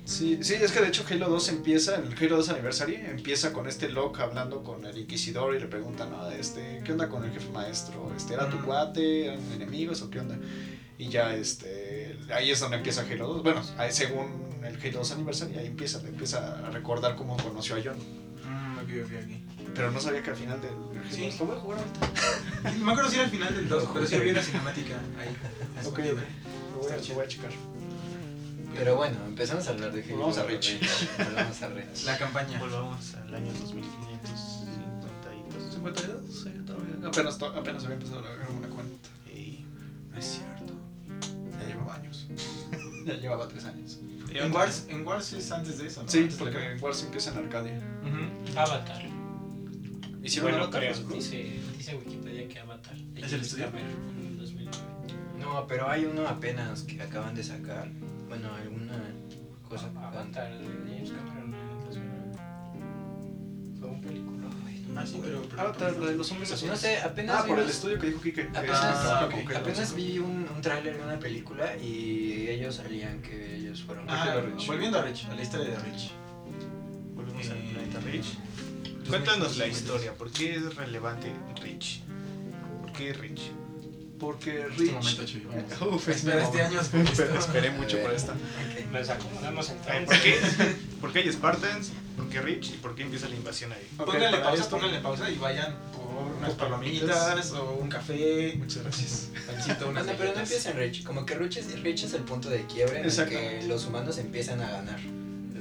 S1: Sí, sí, es que de hecho Halo 2 empieza, el Halo 2 Anniversary empieza con este Locke hablando con el Inquisidor y le pregunta, no, este, ¿qué onda con el jefe maestro? Este, ¿Era tu
S4: Mm.
S1: cuate? ¿Eran enemigos o qué onda? Y ya, este, ahí es donde empieza Halo 2. Bueno, ahí según el Halo 2 Anniversary, ahí empieza, le empieza a recordar cómo conoció a John.
S4: Mm, ok, ok, ok.
S1: Pero no sabía que al final del Halo
S4: Sí.
S1: 2 lo voy a jugar ahorita.
S4: No me acuerdo si era el final del 2, pero sí había una cinemática
S1: Ok,
S4: ahí. escondida.
S1: lo voy, a- lo voy a checar.
S2: Pero bueno, empezamos a hablar de Halo.
S1: Volvamos a Rich.
S2: Volvamos a Rich.
S4: La campaña.
S5: Volvamos al año 2552. 52, sí, todavía.
S1: Apenas, to- apenas había empezado a grabar una cuenta.
S5: Y
S1: No es cierto. Ya llevaba años. ya llevaba tres años.
S4: En Wars, en Wars es antes de eso, ¿no?
S1: Sí,
S4: Antes de
S1: porque
S4: la-
S1: en Wars empieza en Arcadia.
S4: Ujú.
S3: Avatar.
S1: Hicieron
S3: bueno,
S1: Avatar,
S3: creo,
S1: ¿no?
S3: dice, dice Wikipedia que Avatar.
S4: ¿Es el estudio?
S3: En 2009.
S2: No, pero hay uno apenas que acaban de sacar. Bueno, alguna cosa que acaban
S3: Ah, Avatar de James Cameron en 2009. Fue un película.
S2: Ay, no me
S4: Ah, sí,
S2: acuerdo.
S4: pero. pero-
S1: Avatar, la de los hombres
S2: Pues No sé, apenas,
S1: Ah, por
S2: vi,
S1: el estudio que dijo Kike. que
S2: apenas,
S1: es-
S4: Ah,
S1: con
S4: ok.
S1: Halo.
S2: apenas vi un, un tráiler de una película y ellos salían que ellos fueron
S4: Ah,
S2: Halo Reach.
S4: volviendo a Rich, a la historia de Rich.
S5: Volvemos al
S4: Eh, este
S5: planeta Rich.
S4: Los Méxicos
S5: Cuéntanos la
S4: y los-
S5: historia. ¿Por qué es relevante Rich? ¿Por qué Rich?
S1: Porque
S4: Este
S1: Rich.
S4: momento, Chuy, vamos.
S1: Uf,
S4: Espera este año.
S1: Pero esperé mucho por esta.
S3: Nos acomodamos
S5: ¿Por
S3: entonces.
S5: qué? ¿Por qué hay Spartans? ¿por qué Rich? ¿Y por qué empieza la invasión ahí?
S1: Ok,
S4: Pónganle
S1: para
S4: pausa,
S1: esto-
S4: pónganle pausa y vayan por unas
S1: Por palomitas.
S4: palomitas o un café,
S1: Muchas gracias.
S4: pancito,
S2: No,
S4: unas
S2: no, pero no
S4: galletas.
S2: empieza en Rich. Como que Rich es, Rich es el punto de quiebre en el que
S1: Exactamente.
S2: los humanos empiezan a ganar.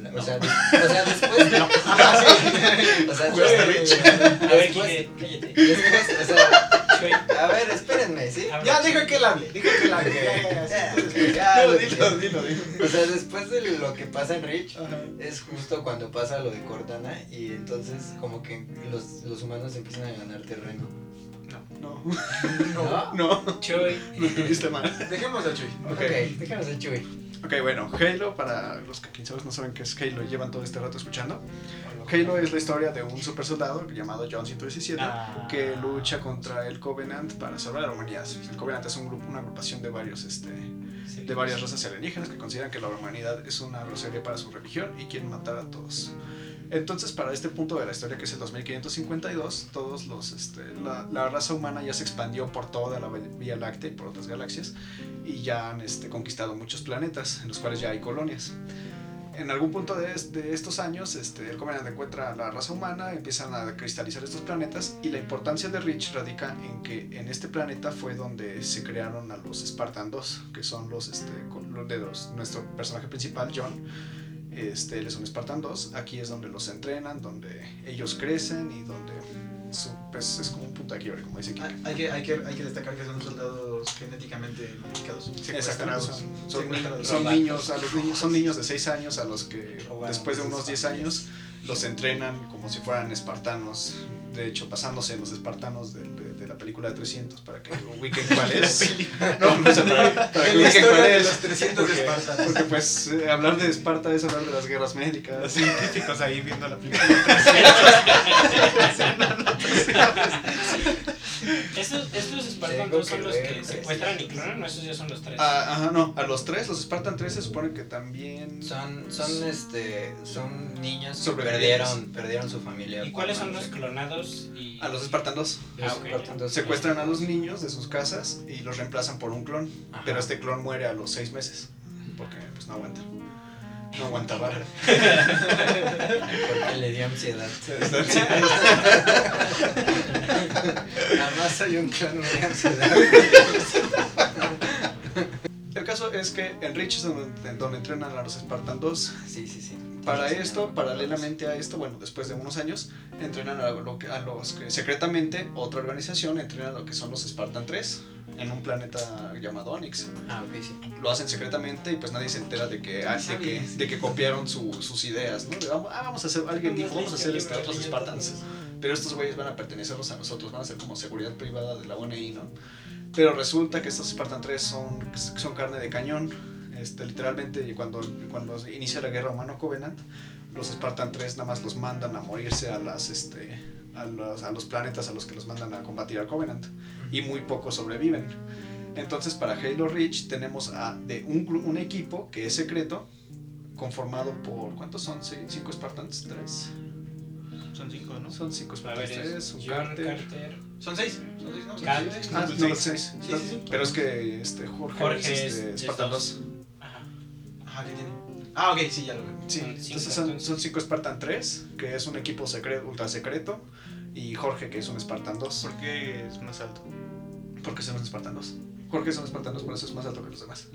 S2: La- O, sea, de- o sea, después. Ajá, sí. O sea,
S4: Jugaste
S2: después-
S4: Rich.
S3: A ver,
S2: después-
S3: Kike, cállate.
S2: después, o sea,
S3: Chuy,
S2: a ver, espérenme, ¿sí?
S3: habla,
S4: Ya,
S3: Chuy.
S4: deja que él hable, deja que él hable. Ya, ya, ya, sí.
S2: Ya, lo que-
S1: dilo, dilo.
S2: O sea, después de lo que pasa en Rich,
S1: Ajá.
S2: es justo cuando pasa lo de Cortana y entonces como que los, los humanos empiezan a ganar terreno.
S1: No,
S2: ¿No?
S1: no,
S3: Chuy.
S1: lo entendiste mal.
S4: Dejemos a Chuy.
S2: Ok,
S1: Ok.
S2: déjanos el Chuy.
S1: Ok, bueno, Halo, para los que quizás no saben qué es Halo y llevan todo este rato escuchando. Halo es la historia de un super soldado llamado John 117
S3: ah.
S1: que lucha contra el Covenant para salvar a la humanidad. El Covenant es un grupo, una agrupación de varios este,
S3: Sí. pues.
S1: de varias razas alienígenas que consideran que la humanidad es una grosería para su religión y quieren matar a todos. Entonces, para este punto de la historia, que es el 2552, todos los, este, la, la raza humana ya se expandió por toda la Vía Láctea y por otras galaxias y ya han este, conquistado muchos planetas, en los cuales ya hay colonias. En algún punto de, es- de estos años, este, el Covenant encuentra a la raza humana, empiezan a cristalizar estos planetas y la importancia de Rich radica en que en este planeta fue donde se crearon a los Spartan 2, que son los, este, con- los de los- nuestro personaje principal, John. Este, él es un Spartan 2, aquí es donde los entrenan, donde ellos crecen y donde su- pues, es como un punto de quiebre, como dice Kika.
S4: Hay- Hay que, hay, que, hay que destacar que son soldados genéticamente modificados.
S1: Exactamente,
S4: Secuestrados.
S1: Son, son ni-
S4: Secuestrados.
S1: son
S2: Robados.
S1: niños, a los niños, son niños de 6 años a los que
S2: Robados
S1: después de
S2: de sus
S1: unos 10 años los entrenan como si fueran espartanos. De hecho, pasándose en los espartanos de, de- de la película de 300 para que ubiquen cuál es. no, o sea, para, para que
S4: En la
S1: ubiquen cuál
S4: historia de
S1: es.
S4: los 300
S1: porque,
S4: espartanos.
S1: porque, pues eh, hablar de Esparta es hablar de las guerras médicas.
S5: Los científicos ahí viendo la película.
S3: Estos, estos Spartan
S2: Tengo
S3: 2 son
S2: que
S3: los
S2: ver este
S3: que
S2: tres.
S3: secuestran y clonan, no, esos ya son los tres.
S1: Ah, ajá, no, a los tres, los Spartan 3 se supone que también...
S2: Son, son, este, son niños que
S1: Sobrevivientes.
S2: perdieron, perdieron su familia.
S3: ¿Y cuáles son
S2: por
S3: los
S2: manifestación.
S3: clonados? Y...
S1: A los Spartan 2.
S3: Ah,
S2: Los
S3: ok.
S2: Spartan dos
S1: Secuestran a los niños de sus casas y los reemplazan por un clon.
S2: Ajá.
S1: Pero este clon muere a los seis meses. Porque pues no aguanta. No aguantaba.
S2: Porque le dio ansiedad.
S1: Está-
S2: Nada más soy un clon de ansiedad.
S1: El caso es que en Rich es donde, donde entrenan a los Spartan 2.
S2: Sí, sí, sí.
S1: Para
S2: Tienes
S1: esto,
S2: razón.
S1: paralelamente a esto, bueno, después de unos años, entrenan a, lo que- a los que secretamente otra organización entrena a lo que son los Spartan 3 en un planeta llamado Onyx.
S2: Ah, ok, sí.
S1: Lo hacen secretamente y pues nadie se entera de que, ah, de que, de que copiaron su- sus ideas, ¿no? De, vamos- ah, vamos a hacer, alguien dijo, vamos a hacer este, otros Spartans. Pero estos güeyes van a pertenecerlos a nosotros, van a ser como seguridad privada de la UNI, ¿no? Pero resulta que estos Spartan 3 son, son carne de cañón. Este, literalmente, cuando, cuando se inicia la guerra humano-covenant, los Spartan 3 nada más los mandan a morirse a, las, este, a, los, a los planetas a los que los mandan a combatir al Covenant. Y muy pocos sobreviven. Entonces, para Halo Reach, tenemos a, de un, gru- un equipo que es secreto, conformado por. ¿Cuántos son? ¿Sí? ¿Cinco Spartans? ¿Tres?
S5: Son cinco, ¿no?
S1: Son cinco
S3: pues, A ver,
S1: Spartans
S3: es
S1: 3, Este
S3: John
S1: un
S3: Carter,
S1: Carter.
S5: Son seis. Son seis, ¿no?
S3: Cal-
S1: Ah,
S5: Son
S1: no,
S5: seis.
S1: seis.
S5: Sí, sí, sí.
S1: Pero es que este, Jorge,
S3: Jorge
S1: es,
S3: es-
S1: este,
S3: es
S1: Spartan
S3: dos.
S1: 2.
S3: Ajá.
S5: Ajá, ¿qué tiene? Ah, ok, sí, ya lo veo.
S1: Sí,
S3: Son cinco,
S1: entonces son,
S3: entonces.
S1: son cinco Spartan 3, que es un equipo secreto, ultra secreto, y Jorge, que es un Spartan 2.
S5: ¿Por qué es más alto?
S1: Porque son un Spartan 2. Jorge es un Spartan 2, por eso es más alto que los demás.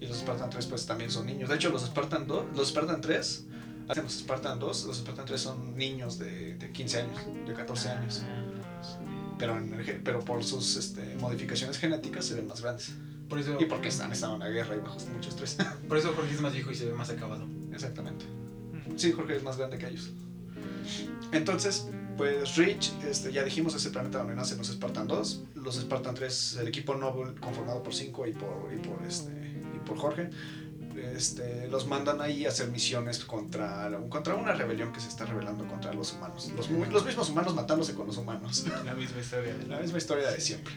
S1: Y los Spartan 3 pues también son niños. De hecho, los Spartan 2, los Spartan 3, hacen los Spartan 2, los Spartan 3 son niños de, de 15 años, de 14 años. Pero, en el ge- pero por sus este, modificaciones genéticas se ven más grandes.
S4: Por eso,
S1: Y porque han estado en la guerra y bajo mucho estrés.
S4: por eso Jorge es más viejo y se ve más acabado.
S1: Exactamente. Sí, Jorge es más grande que ellos. Entonces, pues Rich, este, ya dijimos, es el planeta donde nacen los Spartan 2. Los Spartan 3, el equipo Noble conformado por 5 y por, y por, este, y por Jorge, este, los mandan ahí a hacer misiones contra, contra una rebelión que se está rebelando contra los humanos. Los, mu- los mismos humanos matándose con los humanos.
S5: La misma historia.
S1: La misma historia de siempre.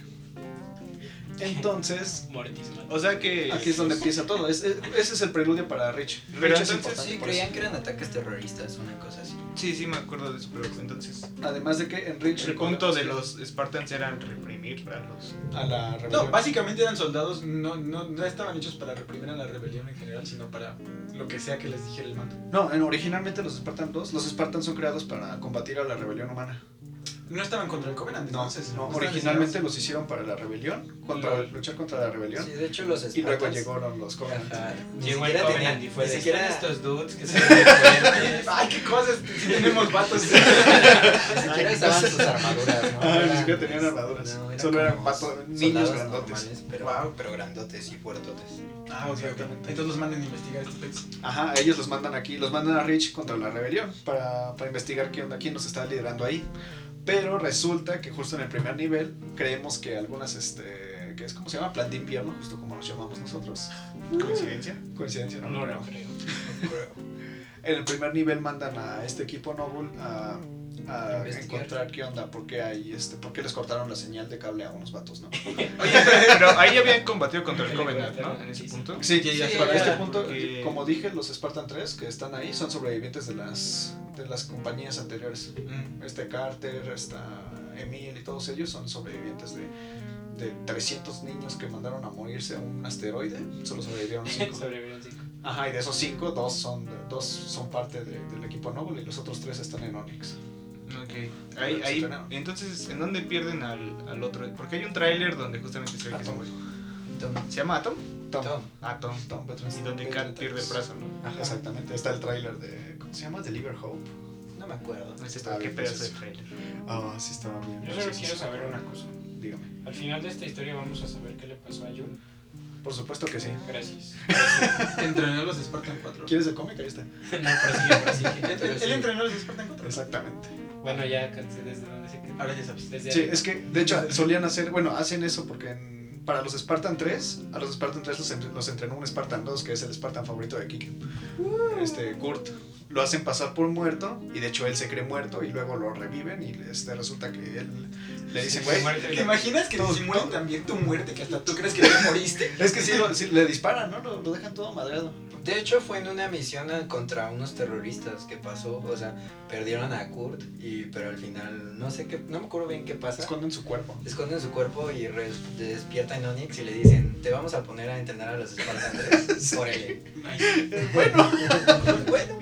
S1: Entonces,
S3: Mortis, ¿no?
S5: O sea que.
S1: aquí es donde empieza todo. Es- es- ese es el preludio para Rich.
S5: Pero
S1: Rich es
S5: entonces
S1: importante
S2: Sí,
S1: por eso.
S2: creían que eran ataques terroristas, una cosa así.
S5: Sí, sí, me acuerdo de eso, pero entonces.
S1: Además de que en Rich
S5: El punto
S1: recordemos
S5: de
S1: que-
S5: los Spartans era reprimir a los.
S1: a la
S4: No,
S1: rebelión.
S4: básicamente eran soldados, no, no, no estaban hechos para reprimir a la rebelión en general, sino para lo que sea que les dijera el mando.
S1: No, en- originalmente los Spartan 2, los Spartans son creados para combatir a la rebelión humana.
S4: No estaban contra el Covenant,
S1: No,
S4: entonces.
S1: no,
S4: estaban
S1: originalmente los hicieron para la rebelión, contra, luchar contra la rebelión.
S2: Sí, de hecho los
S1: Y luego
S2: Spartans...
S1: llegaron los Covenant.
S2: Ajá, ni
S3: Llegó el
S2: siquiera
S3: Covenant
S2: tenían-
S3: y fue
S2: ni
S3: de,
S2: siquiera
S3: "Ah".
S2: estos dudes que se ven fuertes,
S4: destinados- Ay, qué cosas, si tenemos vatos. Ah,
S2: ni siquiera usaban sus armaduras, ¿no?
S1: Ah, ni
S2: Eran,
S1: siquiera tenían
S2: este,
S1: armaduras.
S2: no,
S1: Solo eran
S2: como
S1: pato- niños
S2: soldados
S1: grandotes.
S2: normales, pero,
S4: Guau.
S2: pero grandotes y fuertotes.
S4: ah, ok, ok. Entonces los mandan a investigar este estos pets.
S1: Ajá, ellos los mandan aquí, los mandan a Rich contra la rebelión para, para investigar qué onda, quién nos está liderando ahí. Pero resulta que justo en el primer nivel creemos que algunas, este, que es como se llama, plan de invierno, justo como nos llamamos nosotros.
S2: Mm.
S5: ¿Coincidencia?
S1: Coincidencia, no,
S3: No
S1: creo.
S3: lo creo.
S1: En el primer nivel mandan a este equipo Noble a, a
S2: Investigar.
S1: encontrar qué onda, por qué hay este, por qué les cortaron la señal de cable a unos vatos, ¿no?
S5: Oye, pero ahí habían combatido contra el Covenant, ¿no? En ese punto.
S1: Sí,
S4: ya
S2: se
S1: para
S2: va.
S1: este punto,
S5: Porque-
S1: como dije, los Spartan 3 que están ahí son sobrevivientes de las de las compañías anteriores. Este Carter, esta Emil y todos ellos son sobrevivientes de, de 300 niños que mandaron a morirse a un asteroide, solo sobrevivieron 5.
S3: Sobrevivieron cinco.
S1: Ajá, y de esos 5, dos son dos son parte de- del equipo Noble y los otros tres están en Onyx.
S5: Ok. Ahí, ahí. Entonces, ¿en dónde pierden al, al otro? Porque hay un tráiler donde justamente se ve que se
S1: Atom.
S5: muere.
S2: Tom,
S5: ¿Se llama Atom?
S1: Tom.
S2: Tom.
S5: Atom.
S1: Tom Petras-
S5: Y donde
S1: Petras-
S5: Kat pierde el brazo, ¿no?
S2: Ajá.
S1: Exactamente, está el tráiler de ¿cómo se llama? Deliver Hope.
S2: No me acuerdo.
S5: No sé
S1: Está
S5: qué
S1: bien,
S5: pedazo de
S1: entonces.
S5: tráiler.
S1: Ah, sí estaba bien.
S3: Yo solo quiero saber una cosa.
S1: Dígame.
S3: Al final de esta historia vamos a saber qué le pasó a Jun.
S1: Por supuesto que sí.
S3: Gracias.
S4: Entrenó a los Spartan 4.
S1: ¿Quieres el cómic? Ahí está.
S3: No, prosigue, prosigue.
S4: Él, él entrenó a los Spartan 4.
S1: Exactamente.
S3: Bueno, ya cansé desde donde se quedó.
S4: Ahora ya sabes.
S3: Desde
S1: Sí,
S3: ahí.
S1: es que de hecho solían hacer, bueno, hacen eso porque en- para los Spartan 3, a los Spartan 3 los, entre- los entrenó un Spartan 2, que es el Spartan favorito de Kike. Este, Kurt. lo hacen pasar por muerto y de hecho él se cree muerto y luego lo reviven y este, resulta que él le dicen, güey,
S4: ¿Te imaginas que
S1: Todo-
S4: disimulan
S1: todo-
S4: también tu muerte que hasta tú crees que ya moriste?
S1: es que sí, lo- sí le disparan, ¿no? Lo, lo dejan todo madreado.
S2: De hecho, fue en una misión a- contra unos terroristas que pasó. O sea, perdieron a Kurt, y, pero al final, no sé qué, no me acuerdo bien qué pasa.
S1: Esconden su cuerpo.
S2: Esconden su cuerpo y re- despierta en Onyx y le dicen: Te vamos a poner a entrenar a los Spartans 3. Órale.
S1: Bueno,
S2: bueno,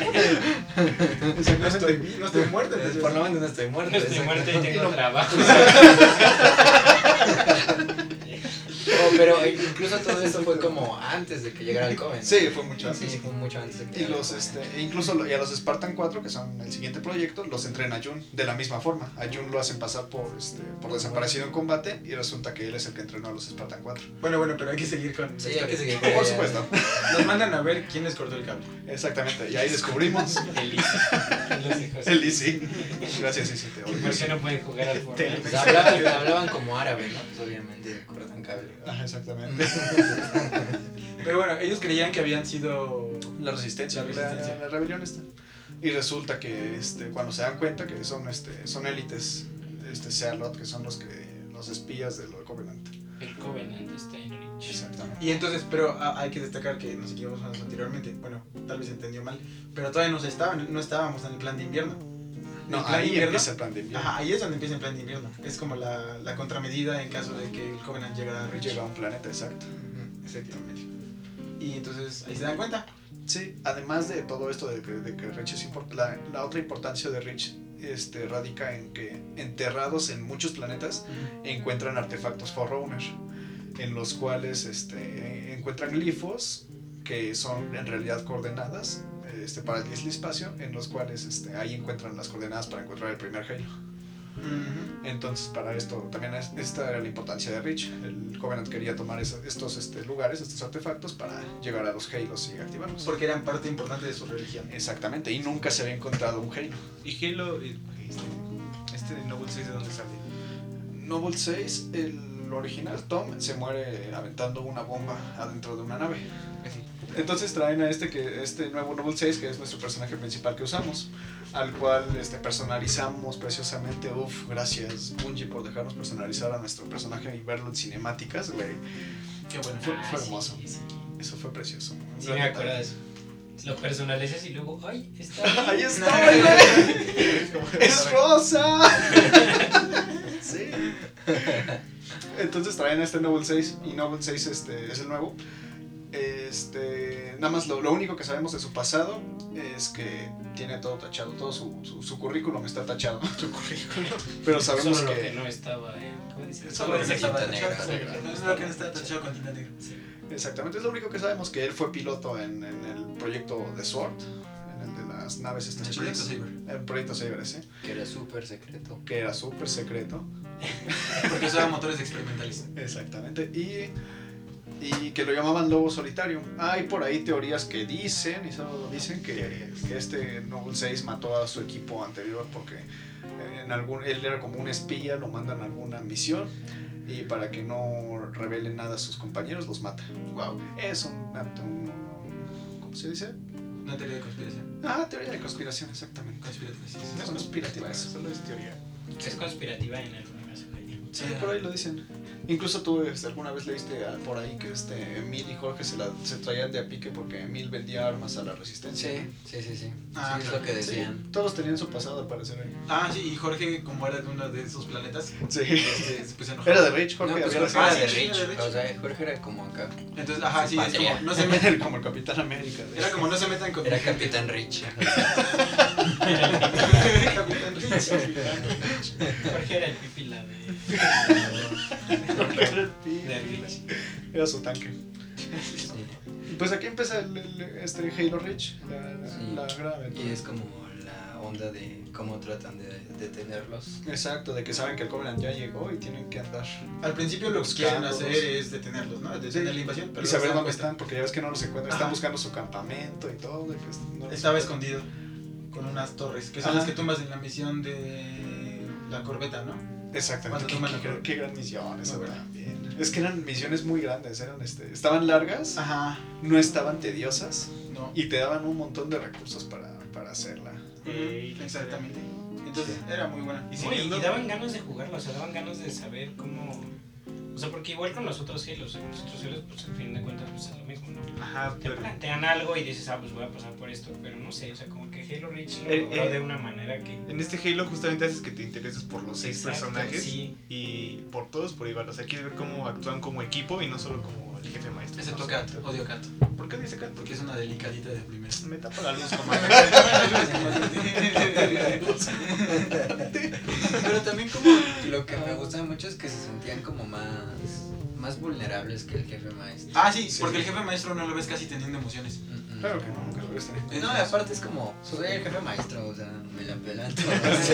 S4: no estoy vivo, no estoy muerto. entonces-
S2: por lo menos no estoy muerto.
S3: No estoy
S2: exacto.
S3: muerto y tengo trabajo.
S2: No, pero incluso todo eso fue como antes de que llegara el Coven.
S1: sí, fue mucho
S2: Sí,
S1: antes.
S2: fue mucho antes de que
S1: Y
S2: llegara el
S1: los,
S2: Coven.
S1: este, e incluso lo- y a los Spartan 4, que son el siguiente proyecto, los entrena a Jun de la misma forma. A Jun lo hacen pasar por, este, por desaparecido en combate y resulta que él es el que entrenó a los Spartan 4.
S4: Bueno, bueno, pero hay que seguir con. la
S2: Sí, hay que
S4: historia.
S2: seguir.
S1: Por supuesto,
S4: Nos mandan a ver quién les cortó el cable.
S1: exactamente. Y ahí descubrimos
S3: El Izzy. Los hijos.
S1: el IC. Gracias, IC, te
S3: ¿Y
S1: odio.
S3: por qué no pueden jugar al
S2: Pues
S3: Fortnite?
S2: hablaban, hablaban como árabe, ¿no? Pues obviamente cortan cable.
S1: Ah, exactamente.
S4: Pero bueno, ellos creían que habían sido.
S1: La resistencia,
S4: La
S1: la,
S4: resistencia.
S1: la rebelión está. Y resulta que este, cuando se dan cuenta que son este, son élites, este Sealot, que son los que los espías de lo de Covenant.
S3: El Covenant está en Rich.
S1: Exactamente.
S4: Y entonces, pero ah, hay que destacar que nos equivocamos anteriormente. Bueno, tal vez entendió mal. Pero todavía nos estaban, no estábamos en el plan de invierno.
S1: No,
S4: El plan
S1: ahí
S4: de invierno-
S1: empieza el plan de invierno.
S4: Ajá, ahí es donde empieza el plan de invierno. Es como la, la contramedida en caso de que el Covenant llegara a Richard.
S1: Llega a un planeta, exacto.
S4: Exactamente. Y entonces ahí se dan cuenta.
S1: Sí, además de todo esto de que, de que Rich es import- la, la otra importancia de Rich este, radica en que enterrados en muchos planetas encuentran artefactos Forerunner, en los cuales este, encuentran glifos que son en realidad coordenadas este, para el Gisli espacio, en los cuales este, ahí encuentran las coordenadas para encontrar el primer Halo.
S4: Ujú.
S1: Entonces, para esto, también es- esta era la importancia de Rich. El Covenant quería tomar es- estos este, lugares, estos artefactos, para llegar a los Halos y activarlos.
S4: Porque eran parte importante de su religión.
S1: Exactamente, y nunca se había encontrado un Halo.
S5: Y Halo. y- güey, este- Este de Noble 6 de dónde sale.
S1: Noble 6, el original Tom, se muere aventando una bomba adentro de una nave.
S5: Así.
S1: Entonces traen a este, que, este nuevo Noble 6, que es nuestro personaje principal que usamos, al cual este, personalizamos preciosamente. Uf, gracias Bungie por dejarnos personalizar a nuestro personaje y verlo en cinemáticas, güey.
S4: Qué bueno.
S1: Fue,
S3: Ah,
S1: fue
S3: sí,
S1: hermoso.
S3: sí, sí.
S1: Eso fue precioso. Un
S3: Sí,
S1: gran
S3: me
S1: detalle.
S3: acuerdo de eso. Lo personalizas y luego, ¡ay! Está
S1: Ahí
S3: ahí".
S1: está, güey. ¡Es rosa! sí. Entonces traen este Noble 6 y Noble 6 este, es el nuevo. Este, nada más lo, lo único que sabemos de su pasado es que tiene todo tachado, todo su, su, su currículum está tachado. Su currículum. Pero sabemos
S3: Solo lo que
S1: que...
S3: no estaba en. ¿Cómo dices?
S1: Solo lo que
S3: Exacto.
S1: estaba
S2: negra,
S4: tachado,
S1: negra.
S4: solo lo que no estaba tachado con tinta negra.
S1: Exactamente, es lo único que sabemos que él fue piloto en, en el proyecto de SWORD, en el de las naves estas chidas. El proyecto Saber, sí.
S2: Que era súper secreto.
S1: Que era súper secreto.
S4: Porque eso eran motores experimentales.
S1: Exactamente. Y, y que lo llamaban lobo solitario. Hay por ahí teorías que dicen, y solo dicen que, que este Noble 6 mató a su equipo anterior porque eh, en algún, él era como un espía, lo mandan a alguna misión y para que no revelen nada a sus compañeros los mata. Wow. Es un, un- ¿Cómo se dice?
S4: Una teoría de conspiración.
S1: Ah, teoría de conspiración, exactamente.
S4: Conspiraciones.
S1: No es conspirativa, eso solo es teoría.
S3: Es conspirativa en el universo. güey.
S1: Sí, por ahí lo dicen. Incluso tú este, alguna vez leíste a- por ahí que este Emil y Jorge se, la, se traían de a pique porque Emil vendía armas a la resistencia.
S2: Sí, sí, sí, sí.
S4: Ah,
S2: sí, es
S4: claro.
S2: lo que
S1: Sí,
S2: decían.
S1: Todos tenían su pasado al parecer ahí.
S4: Ah, sí, y Jorge, como era de uno de esos planetas,
S1: Sí.
S4: este, se puso enojado.
S1: Era de Rich, Jorge
S2: No, pues
S1: había
S2: Jorge
S1: nacido
S2: era
S4: sí,
S2: de
S4: sí,
S2: Rich.
S4: era de Rich.
S2: O sea, Jorge era como acá.
S4: Entonces, ajá,
S2: Su
S4: sí, es
S2: patria.
S4: como, no se metan,
S1: como el Capitán América. de-
S4: era como no se metan con
S2: Era Capitán Rich.
S4: Capitán Rich.
S3: Jorge era el pipila de.
S1: Jorge era el
S3: de
S1: pi-
S3: Rich.
S1: Era su tanque.
S2: Sí.
S1: Pues aquí empieza el, el- este Halo Rich, la, la-
S2: Sí.
S1: la gran aventura.
S2: Y es como la onda de cómo tratan de detenerlos.
S1: Exacto, de que saben que el Covenant ya llegó y tienen que andar.
S4: Al principio lo que quieren
S1: Buscarlos.
S4: hacer es detenerlos, ¿no? Detener la invasión, pero
S1: y saber
S4: se dan
S1: dónde
S4: cuenta.
S1: están, porque ya ves que no los encuentran. Están
S4: Ajá.
S1: buscando su campamento y todo. y pues no los
S4: Estaba
S1: encuentran.
S4: escondido con unas torres, que son
S1: Ajá.
S4: las que tumbas en la misión de la corbeta, ¿no?
S1: Exactamente.
S4: Cuando
S1: Qué,
S4: toman
S1: qué-
S4: la prueba.
S1: qué gran misión esa
S4: Muy buena.
S1: también. Es que eran misiones muy grandes, eran este, estaban largas,
S4: Ajá,
S1: no estaban tediosas
S4: no.
S1: y te daban un montón de recursos para, para para hacerla.
S3: Ey,
S4: Exactamente. Entonces era muy buena.
S5: Y si
S3: Oye, y
S5: viendo-
S3: daban ganas de jugarlo, o sea, daban ganas de saber cómo. O sea, porque igual con los otros hilos, con los otros hilos, pues al fin de cuentas pues, es lo mismo, ¿no?
S5: Ajá,
S3: Te
S5: pero.
S3: plantean algo y dices, ah, pues voy a pasar por esto, pero no sé, o sea, como que Halo Reach lo
S5: Eh,
S3: logró
S5: eh.
S3: de una manera que.
S5: En este Halo justamente haces que te intereses por los seis
S3: Exacto,
S5: personajes
S3: Sí,
S5: y por todos por igual. O sea, quieres ver cómo actúan como equipo y no solo como el jefe maestro.
S2: Excepto
S5: ¿no?
S2: Kat, odio Kat,
S5: ¿Por qué dice Kat?
S2: porque es una delicadita de primera.
S5: me tapa la luz, comadre.
S2: Pero también como lo que me gustaba mucho es que se sentían como más, más vulnerables que el jefe maestro.
S4: Ah, sí, porque el jefe maestro no lo ves casi teniendo emociones.
S2: Mm, mm.
S1: Claro que no, nunca lo ves
S2: Eh, No, y aparte es como, soy el jefe maestro, o sea, me la pelan todas.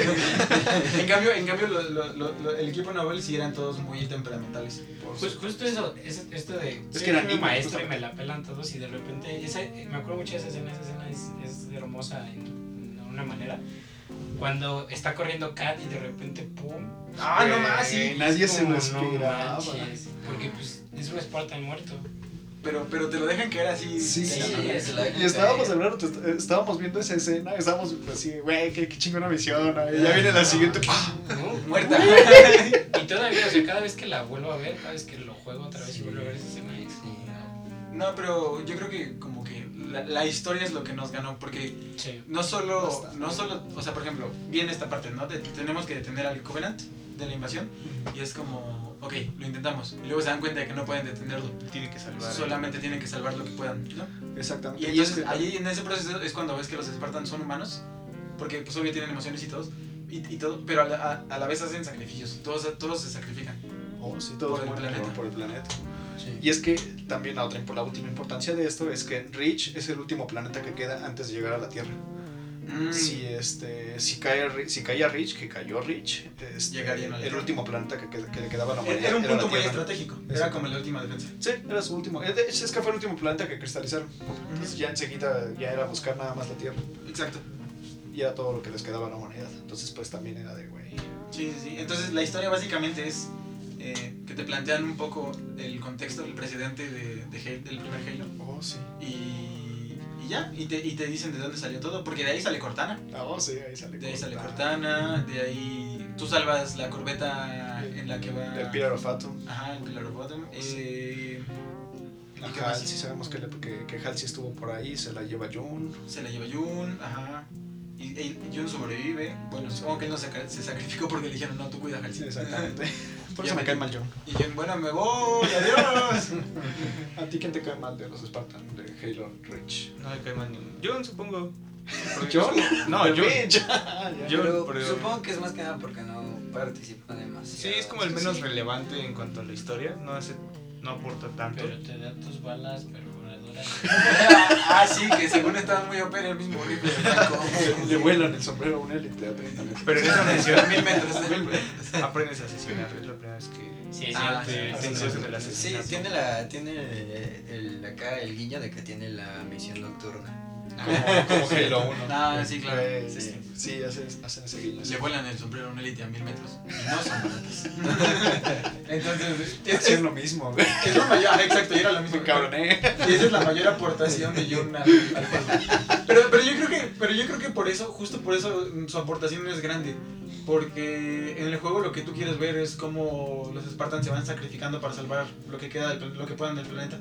S4: En cambio, en cambio lo- lo- lo- lo- el equipo Nobel sí eran todos muy temperamentales.
S3: Pues justo eso, es, esto de.
S1: Es
S3: soy
S1: que eran
S3: mi
S1: niños,
S3: maestro y me
S1: justamente.
S3: la pelan todos y de repente. Esa, me acuerdo mucho de esa escena, esa escena es, es hermosa en, en una manera. Cuando está corriendo Kat y de repente, ¡pum!
S4: Ah, no
S1: Güey,
S4: más, sí.
S1: Nadie se lo
S3: Como,
S1: esperaba.
S3: No manches, porque pues es un Spartan muerto.
S4: Pero, pero te lo dejan caer así.
S1: Sí,
S4: te la
S1: sí,
S4: mamas.
S2: se la
S1: Y estábamos hablando, te est- estábamos viendo esa escena, estábamos así, güey, qué, qué chingona misión, ¿no? Y ya viene la siguiente, ¡pah!
S3: ¿no?
S4: Muerta.
S3: Y todavía, o sea, cada vez que la vuelvo a ver, cada vez que lo juego otra vez y vuelvo a ver esa escena, es-
S4: No, pero yo creo que como que la, la historia es lo que nos ganó, porque
S3: Sí.
S4: no solo,
S1: Bastante.
S4: no solo, o sea, por ejemplo, viene esta parte, ¿no? De- tenemos que detener al Covenant de la invasión y es como, ok, lo intentamos. Y luego se dan cuenta de que no pueden detenerlo,
S5: Tiene que salvar.
S4: solamente tienen que salvar lo que puedan, ¿no?
S1: Exactamente.
S4: Y entonces ahí en ese proceso es cuando ves que los Spartans son humanos, porque pues obvio tienen emociones y todos, y, y todo, pero a la, a- a la vez hacen sacrificios, todos, todos se sacrifican.
S1: Oh, sí, todos
S4: por el
S1: mueren
S4: planeta.
S1: por, por el planeta. Y es que también la, otra, la última importancia de esto es que Rich es el último planeta que queda antes de llegar a la Tierra.
S4: Mm.
S1: Si, este, si, cae, Ri- si caía Rich, que cayó Rich, este,
S4: Llegarían a la
S1: el
S4: Tierra.
S1: último planeta que, qued- que le quedaba a la humanidad.
S4: Era, era un
S1: la
S4: punto muy
S1: Tierra.
S4: estratégico, era
S1: Exacto.
S4: como la última defensa.
S1: Sí, era su último. Eh, de hecho, Es que fue el último planeta que cristalizaron. Entonces ya enseguida ya era buscar nada más la Tierra.
S4: Exacto.
S1: Y era todo lo que les quedaba a la humanidad. Entonces pues también era de, güey,
S4: Sí, sí, sí. Entonces la historia básicamente es eh, que te plantean un poco el contexto del precedente de, de Halo- del primer Halo.
S1: oh sí.
S4: Y, y ya, y te, y te dicen de dónde salió todo, porque de ahí sale Cortana.
S1: Ah, oh sí, ahí sale
S4: De ahí sale
S1: Cortana.
S4: Cortana, de ahí tú salvas la corbeta en la que va...
S1: Del Pirate of Atom.
S4: Ajá, el Pirarobottom. Eh, ¿y qué
S1: Ajá,
S4: más?
S1: sí sabemos que, le- que, que Halsey estuvo por ahí, se la lleva June.
S4: Se la lleva Jun, ajá. Y, y Jun sobrevive. Bueno, supongo que él no se, ca- se sacrificó porque le dijeron, no, tú cuida a Halsey.
S1: Exactamente. Por
S4: Ya
S1: eso me
S4: me-
S1: cae mal June.
S4: Y Jun, bueno, me voy, adiós.
S1: ¿A ti quién te cae mal de los Spartans? De Halo Rich.
S5: No le cae mal ningún. John, supongo.
S1: ¿John?
S5: No, John.
S1: Yo.
S5: Yo-
S2: Pero
S5: pero-
S2: supongo que es más que nada porque no participa demasiado.
S5: Sí, es como el menos
S2: Sí.
S5: relevante en cuanto a la historia. No hace, no aporta tanto.
S3: Pero te da tus balas perforadoras.
S4: ah, sí, que según estaba muy OP era el mismo rifle blanco.
S1: Le vuelan el sombrero a un élite.
S5: Pero en esa mención
S4: Mil metros. ¿eh?
S5: aprendes a asesinar. Es la primera vez que
S3: Sí, es
S4: Ah,
S5: te
S3: cierto.
S5: te introducen en el
S2: Sí,
S5: asesinato.
S2: tiene la, tiene el, el- acá el guiño de que tiene la misión nocturna.
S1: Como, como Halo 1.
S4: Ah, sí, claro.
S1: Sí,
S2: Sí.
S1: sí, hacen, hacen ese guiño.
S4: Le vuelan el sombrero a un élite a mil metros. Y no son baratos. Entonces, es, es,
S1: Hacen lo mismo, güey.
S4: es lo mayor. ah, Exacto, y era lo mismo.
S1: Me cabroné.
S4: Y esa es la mayor aportación de Jun al, al juego. Pero, pero, yo creo que, pero yo creo que por eso, justo por eso, mm, su aportación no es grande. Porque en el juego lo que tú quieres ver es cómo los Spartans se van sacrificando para salvar lo que queda, del pla- lo que puedan del planeta.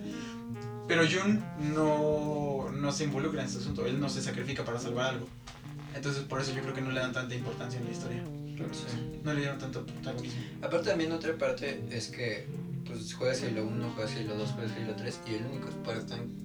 S4: Pero Jun no, no se involucra en este asunto, él no se sacrifica para salvar algo. Entonces por eso yo creo que no le dan tanta importancia en la historia. No le dieron tanto protagonismo.
S2: Aparte también otra parte es que pues juegas Halo 1, juegas Halo 2, juegas Halo 3 y el único Spartan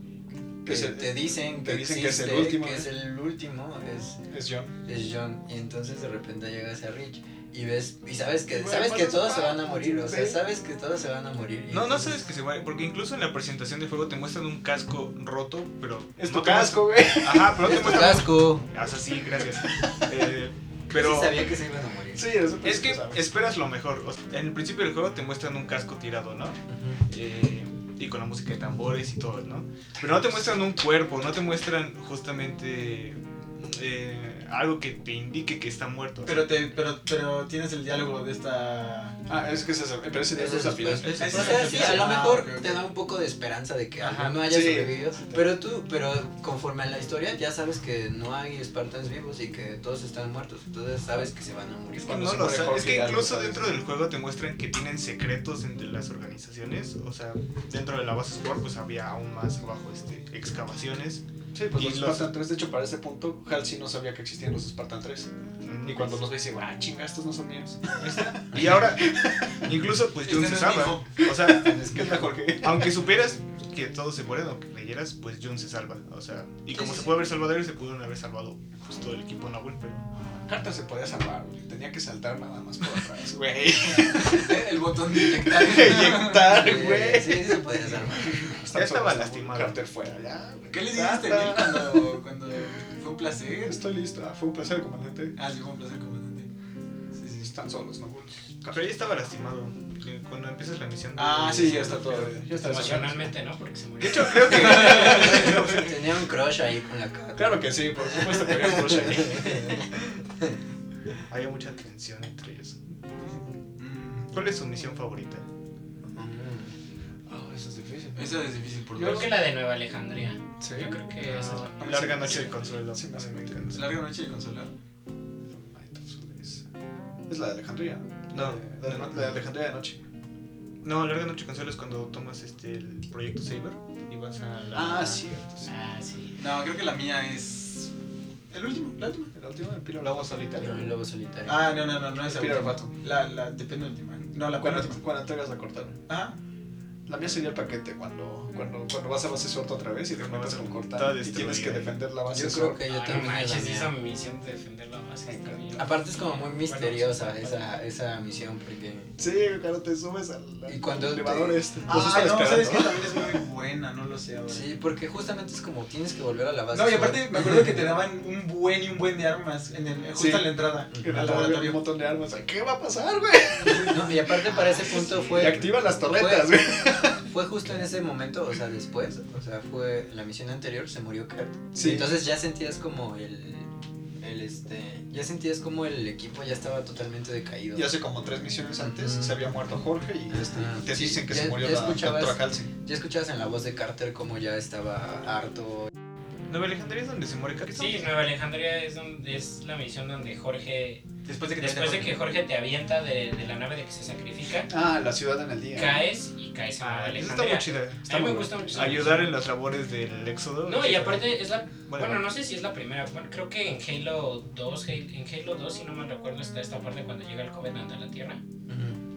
S2: que
S1: Es el-
S2: te dicen que,
S1: te dicen que es el
S2: existe,
S1: último,
S2: que
S1: ¿eh?
S2: es el último, es,
S1: Es John.
S2: es John. Y entonces de repente llegas a Rich y ves, y sabes que,
S1: Güey,
S2: sabes que
S1: pasa
S2: todos se
S1: Spartan,
S2: van a morir, o sea,
S1: güey.
S2: sabes que todos se van a morir. y
S5: No, no
S2: entonces-
S5: sabes que se muere, porque incluso en la presentación de juego te muestran un casco roto, pero...
S1: Es
S5: no
S1: tu
S5: te
S1: casco, güey.
S5: muestran- Ajá, pero no te
S2: Es tu
S5: muestran... Ah,
S2: casco.
S5: O sea, sí, gracias. Eh,
S2: Pero
S5: pero
S2: sabía que se iban a morir.
S1: Sí, eso
S5: es que
S1: sabes.
S5: esperas lo mejor. O sea, en el principio del juego te muestran un casco tirado, ¿no? Eh, y con la música de tambores y todo, ¿no? Pero no te muestran un cuerpo, no te muestran justamente eh, algo que te indique que está muerto.
S4: Pero, te, pero, pero tienes el diálogo de esta.
S1: Ah, es que es eso. Pero ese día
S2: Eso
S1: es
S2: es
S1: al final.
S2: después.
S4: Ese
S2: pues, O
S4: es
S2: sea,
S4: el
S2: sí,
S4: final.
S2: a lo
S4: Ah,
S2: mejor
S4: ok, ok.
S2: te da un poco de esperanza de que
S4: Ajá,
S2: no haya
S1: sí.
S2: sobrevivido. Pero tú, pero conforme a la historia, ya sabes que no hay espartanos vivos y que todos están muertos. Entonces sabes que se van a morir.
S5: Es que
S1: Cuando
S5: no
S1: se
S5: lo
S1: muere
S5: sabes.
S1: Jorge
S5: Es que
S1: Hidalgo,
S5: incluso
S1: ¿sabes?
S5: dentro del juego te muestran que tienen secretos entre las organizaciones. O sea, dentro de la base Squad pues había aún más abajo este, excavaciones.
S1: Sí, pues
S5: Y
S1: los
S5: los-
S1: Spartan 3. De hecho, para ese punto, Hal sí no sabía que existían los Spartan 3. Y cuando los ve, dice, ah, chinga, estos no son míos.
S5: Y ahora, incluso pues Jun
S4: Este
S5: se
S4: no es mi
S5: salva. O sea,
S1: ¿Qué onda, Jorge?
S5: aunque supieras que todos se mueren, aunque creyeras, pues Jun se salva. O sea, y como se puede haber salvado él, se pudieron haber salvado pues, todo el equipo Nahuel, pero.
S1: Carter se podía salvar, güey. Tenía que saltar nada más por atrás, güey.
S2: el botón de inyectar.
S1: Inyectar,
S2: Sí,
S1: güey.
S2: Sí, eso podría ser más.
S5: Ya estaba
S1: Carter
S5: lastimado.
S1: Carter fuera, ya, güey.
S4: ¿Qué le
S1: Ya
S4: dijiste
S1: está.
S4: Mel, cuando, cuando fue un placer?
S1: Estoy listo. Ah, fue un placer, comandante.
S4: Ah, sí, fue un placer, comandante. Sí, sí, sí.
S1: Están solos, ¿no?
S5: Pero ya estaba lastimado. Cuando empiezas la misión. pues, de-
S1: Ah, sí, ya está todo. Ya está
S3: Emocionalmente, ¿no? Porque se
S5: De
S3: murió.
S5: hecho, creo que.
S2: Tenía un crush ahí con la cara.
S1: Claro que sí, por supuesto que había crush ahí.
S5: Había mucha tensión entre ellos.
S4: Mm,
S5: ¿Cuál es su misión favorita?
S2: Mm.
S1: Ah, eso es difícil.
S4: Eso es difícil por
S3: Yo creo
S4: dos.
S3: que la de Nueva Alejandría.
S1: Sí.
S3: Yo creo que
S5: Ah.
S3: esa es Eh, la-
S5: Larga noche de consuelo.
S1: Sí, me hace muy bien.
S4: Larga noche de consolar.
S1: Es la de Alejandría.
S5: No,
S1: la de, la de Alejandría de noche.
S5: No, Larga Noche de Consuelo es cuando tomas este, el proyecto Saber y vas a la.
S1: Ah, cierto. Sí.
S3: Ah, sí.
S4: No, creo que la mía es. El último, la última.
S1: La última, el piro lobo solitario.
S2: El lobo solitario.
S4: Ah, no, no, no, no es la
S1: Peter
S4: última.
S1: Pato.
S4: La, la de penúltima. No, la
S1: Cuando,
S4: penúltima.
S1: cuando entregas la cortaron.
S4: Ah,
S1: La mía sería el paquete, cuando, cuando, cuando vas a base suelta otra vez y te
S5: Cuando
S1: encuentras
S5: vas a-
S1: con
S5: toda
S1: cortar y
S5: destruida.
S1: tienes que defender la base
S2: yo creo
S1: suelta.
S2: que yo
S3: Ah, no
S2: también. es la
S3: manches, esa
S2: mía.
S3: misión de defender la base. está bien.
S2: Aparte es como muy
S3: Bueno,
S2: misteriosa
S3: sí,
S2: esa, esa misión porque
S1: Sí, claro, te subes al, al
S2: Y cuando te-
S1: elevador este.
S4: ah
S1: Los
S4: no,
S1: están
S4: sabes que
S1: esperando.
S4: también es muy buena, no lo sé ahora.
S2: sí, porque justamente es como tienes que volver a la base.
S4: No, y aparte me acuerdo que te daban un buen y un buen de armas en el, justo
S1: Sí.
S4: a la entrada.
S1: Que
S4: Al
S1: nada, había un
S4: laboratorio.
S1: montón de armas. Ay, ¿Qué va a pasar, güey?
S2: No, y aparte para ese punto
S1: Y
S2: fue
S1: activan las torretas, güey.
S2: fue justo en ese momento, o sea, después, o sea, fue en la misión anterior se murió Kurt.
S1: Sí.
S2: Entonces ya sentías como el el este, ya sentías como el equipo ya estaba totalmente decaído.
S1: Y hace como tres misiones antes se había muerto Jorge y este,
S2: Ajá.
S1: te
S2: Sí,
S1: dicen que
S2: ya-
S1: se murió
S2: ya
S1: la
S2: escuchabas-
S1: doctora Halsey.
S2: Ya escuchabas en la voz de Carter como ya estaba harto.
S5: Nueva Alejandría es donde se muere Capitán.
S3: Sí, Nueva Alejandría es, donde, es la misión donde Jorge,
S4: Después de que te
S3: después de que Jorge te avienta de, de la nave de que se sacrifica,
S1: Ah, la ciudad en el día.
S3: caes y caes a Nueva
S5: Ah, esa está
S3: Alejandría.
S5: muy chida. Está
S3: a mí me
S5: muy
S3: gusta
S5: buena.
S3: mucho.
S5: Ayudar en las labores del éxodo.
S3: No, y aparte es la...
S5: Bueno,
S3: Bueno, no sé si es la primera. Bueno, creo que en Halo 2, Halo- en Halo 2, si no me recuerdo, está esta parte cuando llega el Covenant a la Tierra.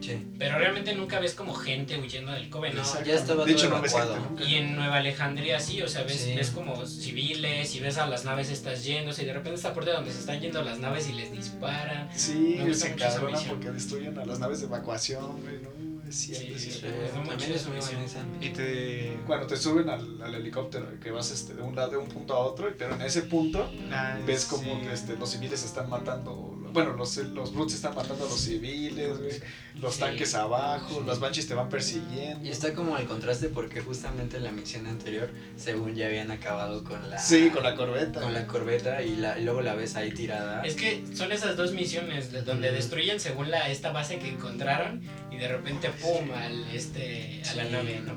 S2: Sí.
S3: Pero realmente nunca ves como gente huyendo del Covenant.
S1: Exacto.
S2: Ya estaba
S1: De hecho,
S2: todo
S1: no ves
S2: evacuado.
S1: gente nunca.
S3: Y en Nueva Alejandría sí, o sea, ves,
S2: Sí.
S3: ves como civiles y ves a las naves estas yéndose y de repente esta parte donde se están yendo las naves y les disparan.
S1: Sí,
S3: Me gusta
S1: se
S3: mucho esa
S1: encabronan
S3: misión.
S1: porque destruyen a las naves de evacuación, güey. No, es cierto.
S3: Sí,
S1: es
S3: sí,
S1: cierto.
S2: Sí,
S3: Es muy
S2: también
S3: chida
S2: es muy
S3: esa
S2: buena esa.
S5: Y te.
S1: Cuando te suben al, al helicóptero, que vas este, de, un lado, de un punto a otro, pero en ese punto
S5: Ah,
S1: ves como
S5: sí.
S1: este, los civiles están matando. Bueno, los, los Brutes están matando a los civiles, güey, los
S3: Sí.
S1: tanques abajo, las Banshees te van persiguiendo.
S2: Y está como el contraste porque justamente en la misión anterior, según ya habían acabado con la
S1: Sí, con la corbeta.
S2: con la corbeta y, la, y luego la ves ahí tirada.
S3: Es que son esas dos misiones de donde
S2: Ujú.
S3: destruyen según la esta base que encontraron y de repente pum al este a la
S2: Sí.
S3: nave, ¿no?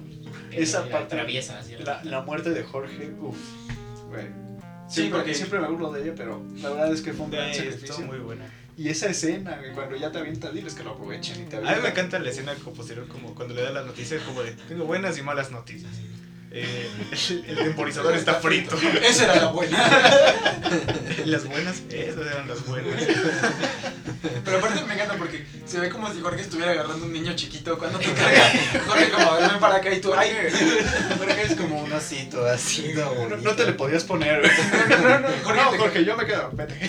S1: Esa parte-
S3: atraviesa, ¿cierto?
S1: La, la muerte de Jorge, uff, güey.
S4: Sí,
S1: Siempre,
S4: porque-
S1: siempre me burlo de ella, pero la verdad es que fue un gran
S5: Eh, Está
S1: sacrificio.
S5: muy buena.
S1: Y esa escena, güey, cuando ya te avienta, diles que lo aprovechen y te
S5: A mí me
S1: avientan.
S5: encanta la escena como posterior, como cuando le da las noticias, como de tengo buenas y malas noticias. Eh, el, el temporizador está frito.
S4: Esa era la buena.
S5: Las buenas, esas eran las buenas.
S4: Pero aparte me encanta porque se ve como si Jorge estuviera agarrando un niño chiquito cuando te carga. Jorge como, ven para acá y tú, ay.
S2: Porque es como un osito así.
S1: No, no- no te le podías poner, güey.
S4: No, no, no,
S1: Jorge, no,
S4: te-
S1: Jorge, yo me quedo. Vete.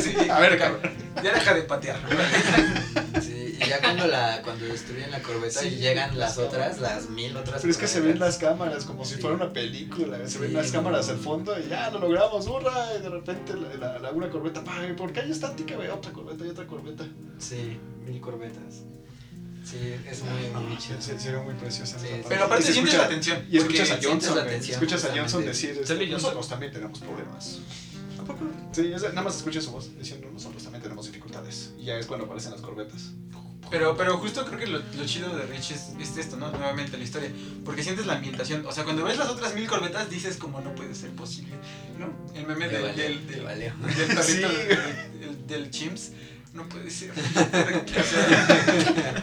S4: Sí,
S1: A ver,
S4: ya-
S1: cabrón.
S4: Ya deja de patear.
S2: Sí, y ya cuando la cuando destruyen la corbeta
S1: Sí.
S2: y llegan las otras, las mil otras.
S1: Pero es que se ven
S2: corbetas.
S1: las cámaras como si
S2: Sí.
S1: fuera una película. güey. Se ven
S2: Sí,
S1: las
S2: no.
S1: cámaras al fondo y ya lo logramos, hurra. Y de repente la, la- la- una corbeta, pa, güey, ¿por qué hay estática? güey? Otra corbeta y otra corbeta.
S2: Sí, mil corbetas. Sí, es muy
S1: No,
S2: muy
S1: Ah, se,
S2: chido.
S1: se- se ve muy preciosa.
S2: Sí,
S1: esa
S2: sí.
S1: parte.
S4: Pero aparte
S1: Y se
S4: sientes
S1: escucha-
S4: la tensión.
S1: Y
S4: porque
S1: escuchas a
S2: sientes
S1: Johnson,
S2: la
S1: güey.
S2: tensión,
S1: escuchas a Johnson
S2: justamente.
S1: decir, este,
S5: Sale Johnson.
S1: nosotros también tenemos problemas.
S5: ¿A poco?
S1: Sí, es- nada más escuché su voz diciendo, nosotros también tenemos dificultades. Y ya es cuando aparecen las corbetas.
S4: Pero, pero justo creo que lo, lo chido de Rich es, es esto, ¿no? Nuevamente la historia. Porque sientes la ambientación. O sea, cuando ves las otras mil corbetas dices como no puede ser posible. ¿No? El meme
S2: Le
S4: del,
S2: valió,
S4: del,
S2: le
S4: del-
S2: valió.
S4: del perrito
S1: Sí.
S4: del, del- del chimps. No puede ser. O sea,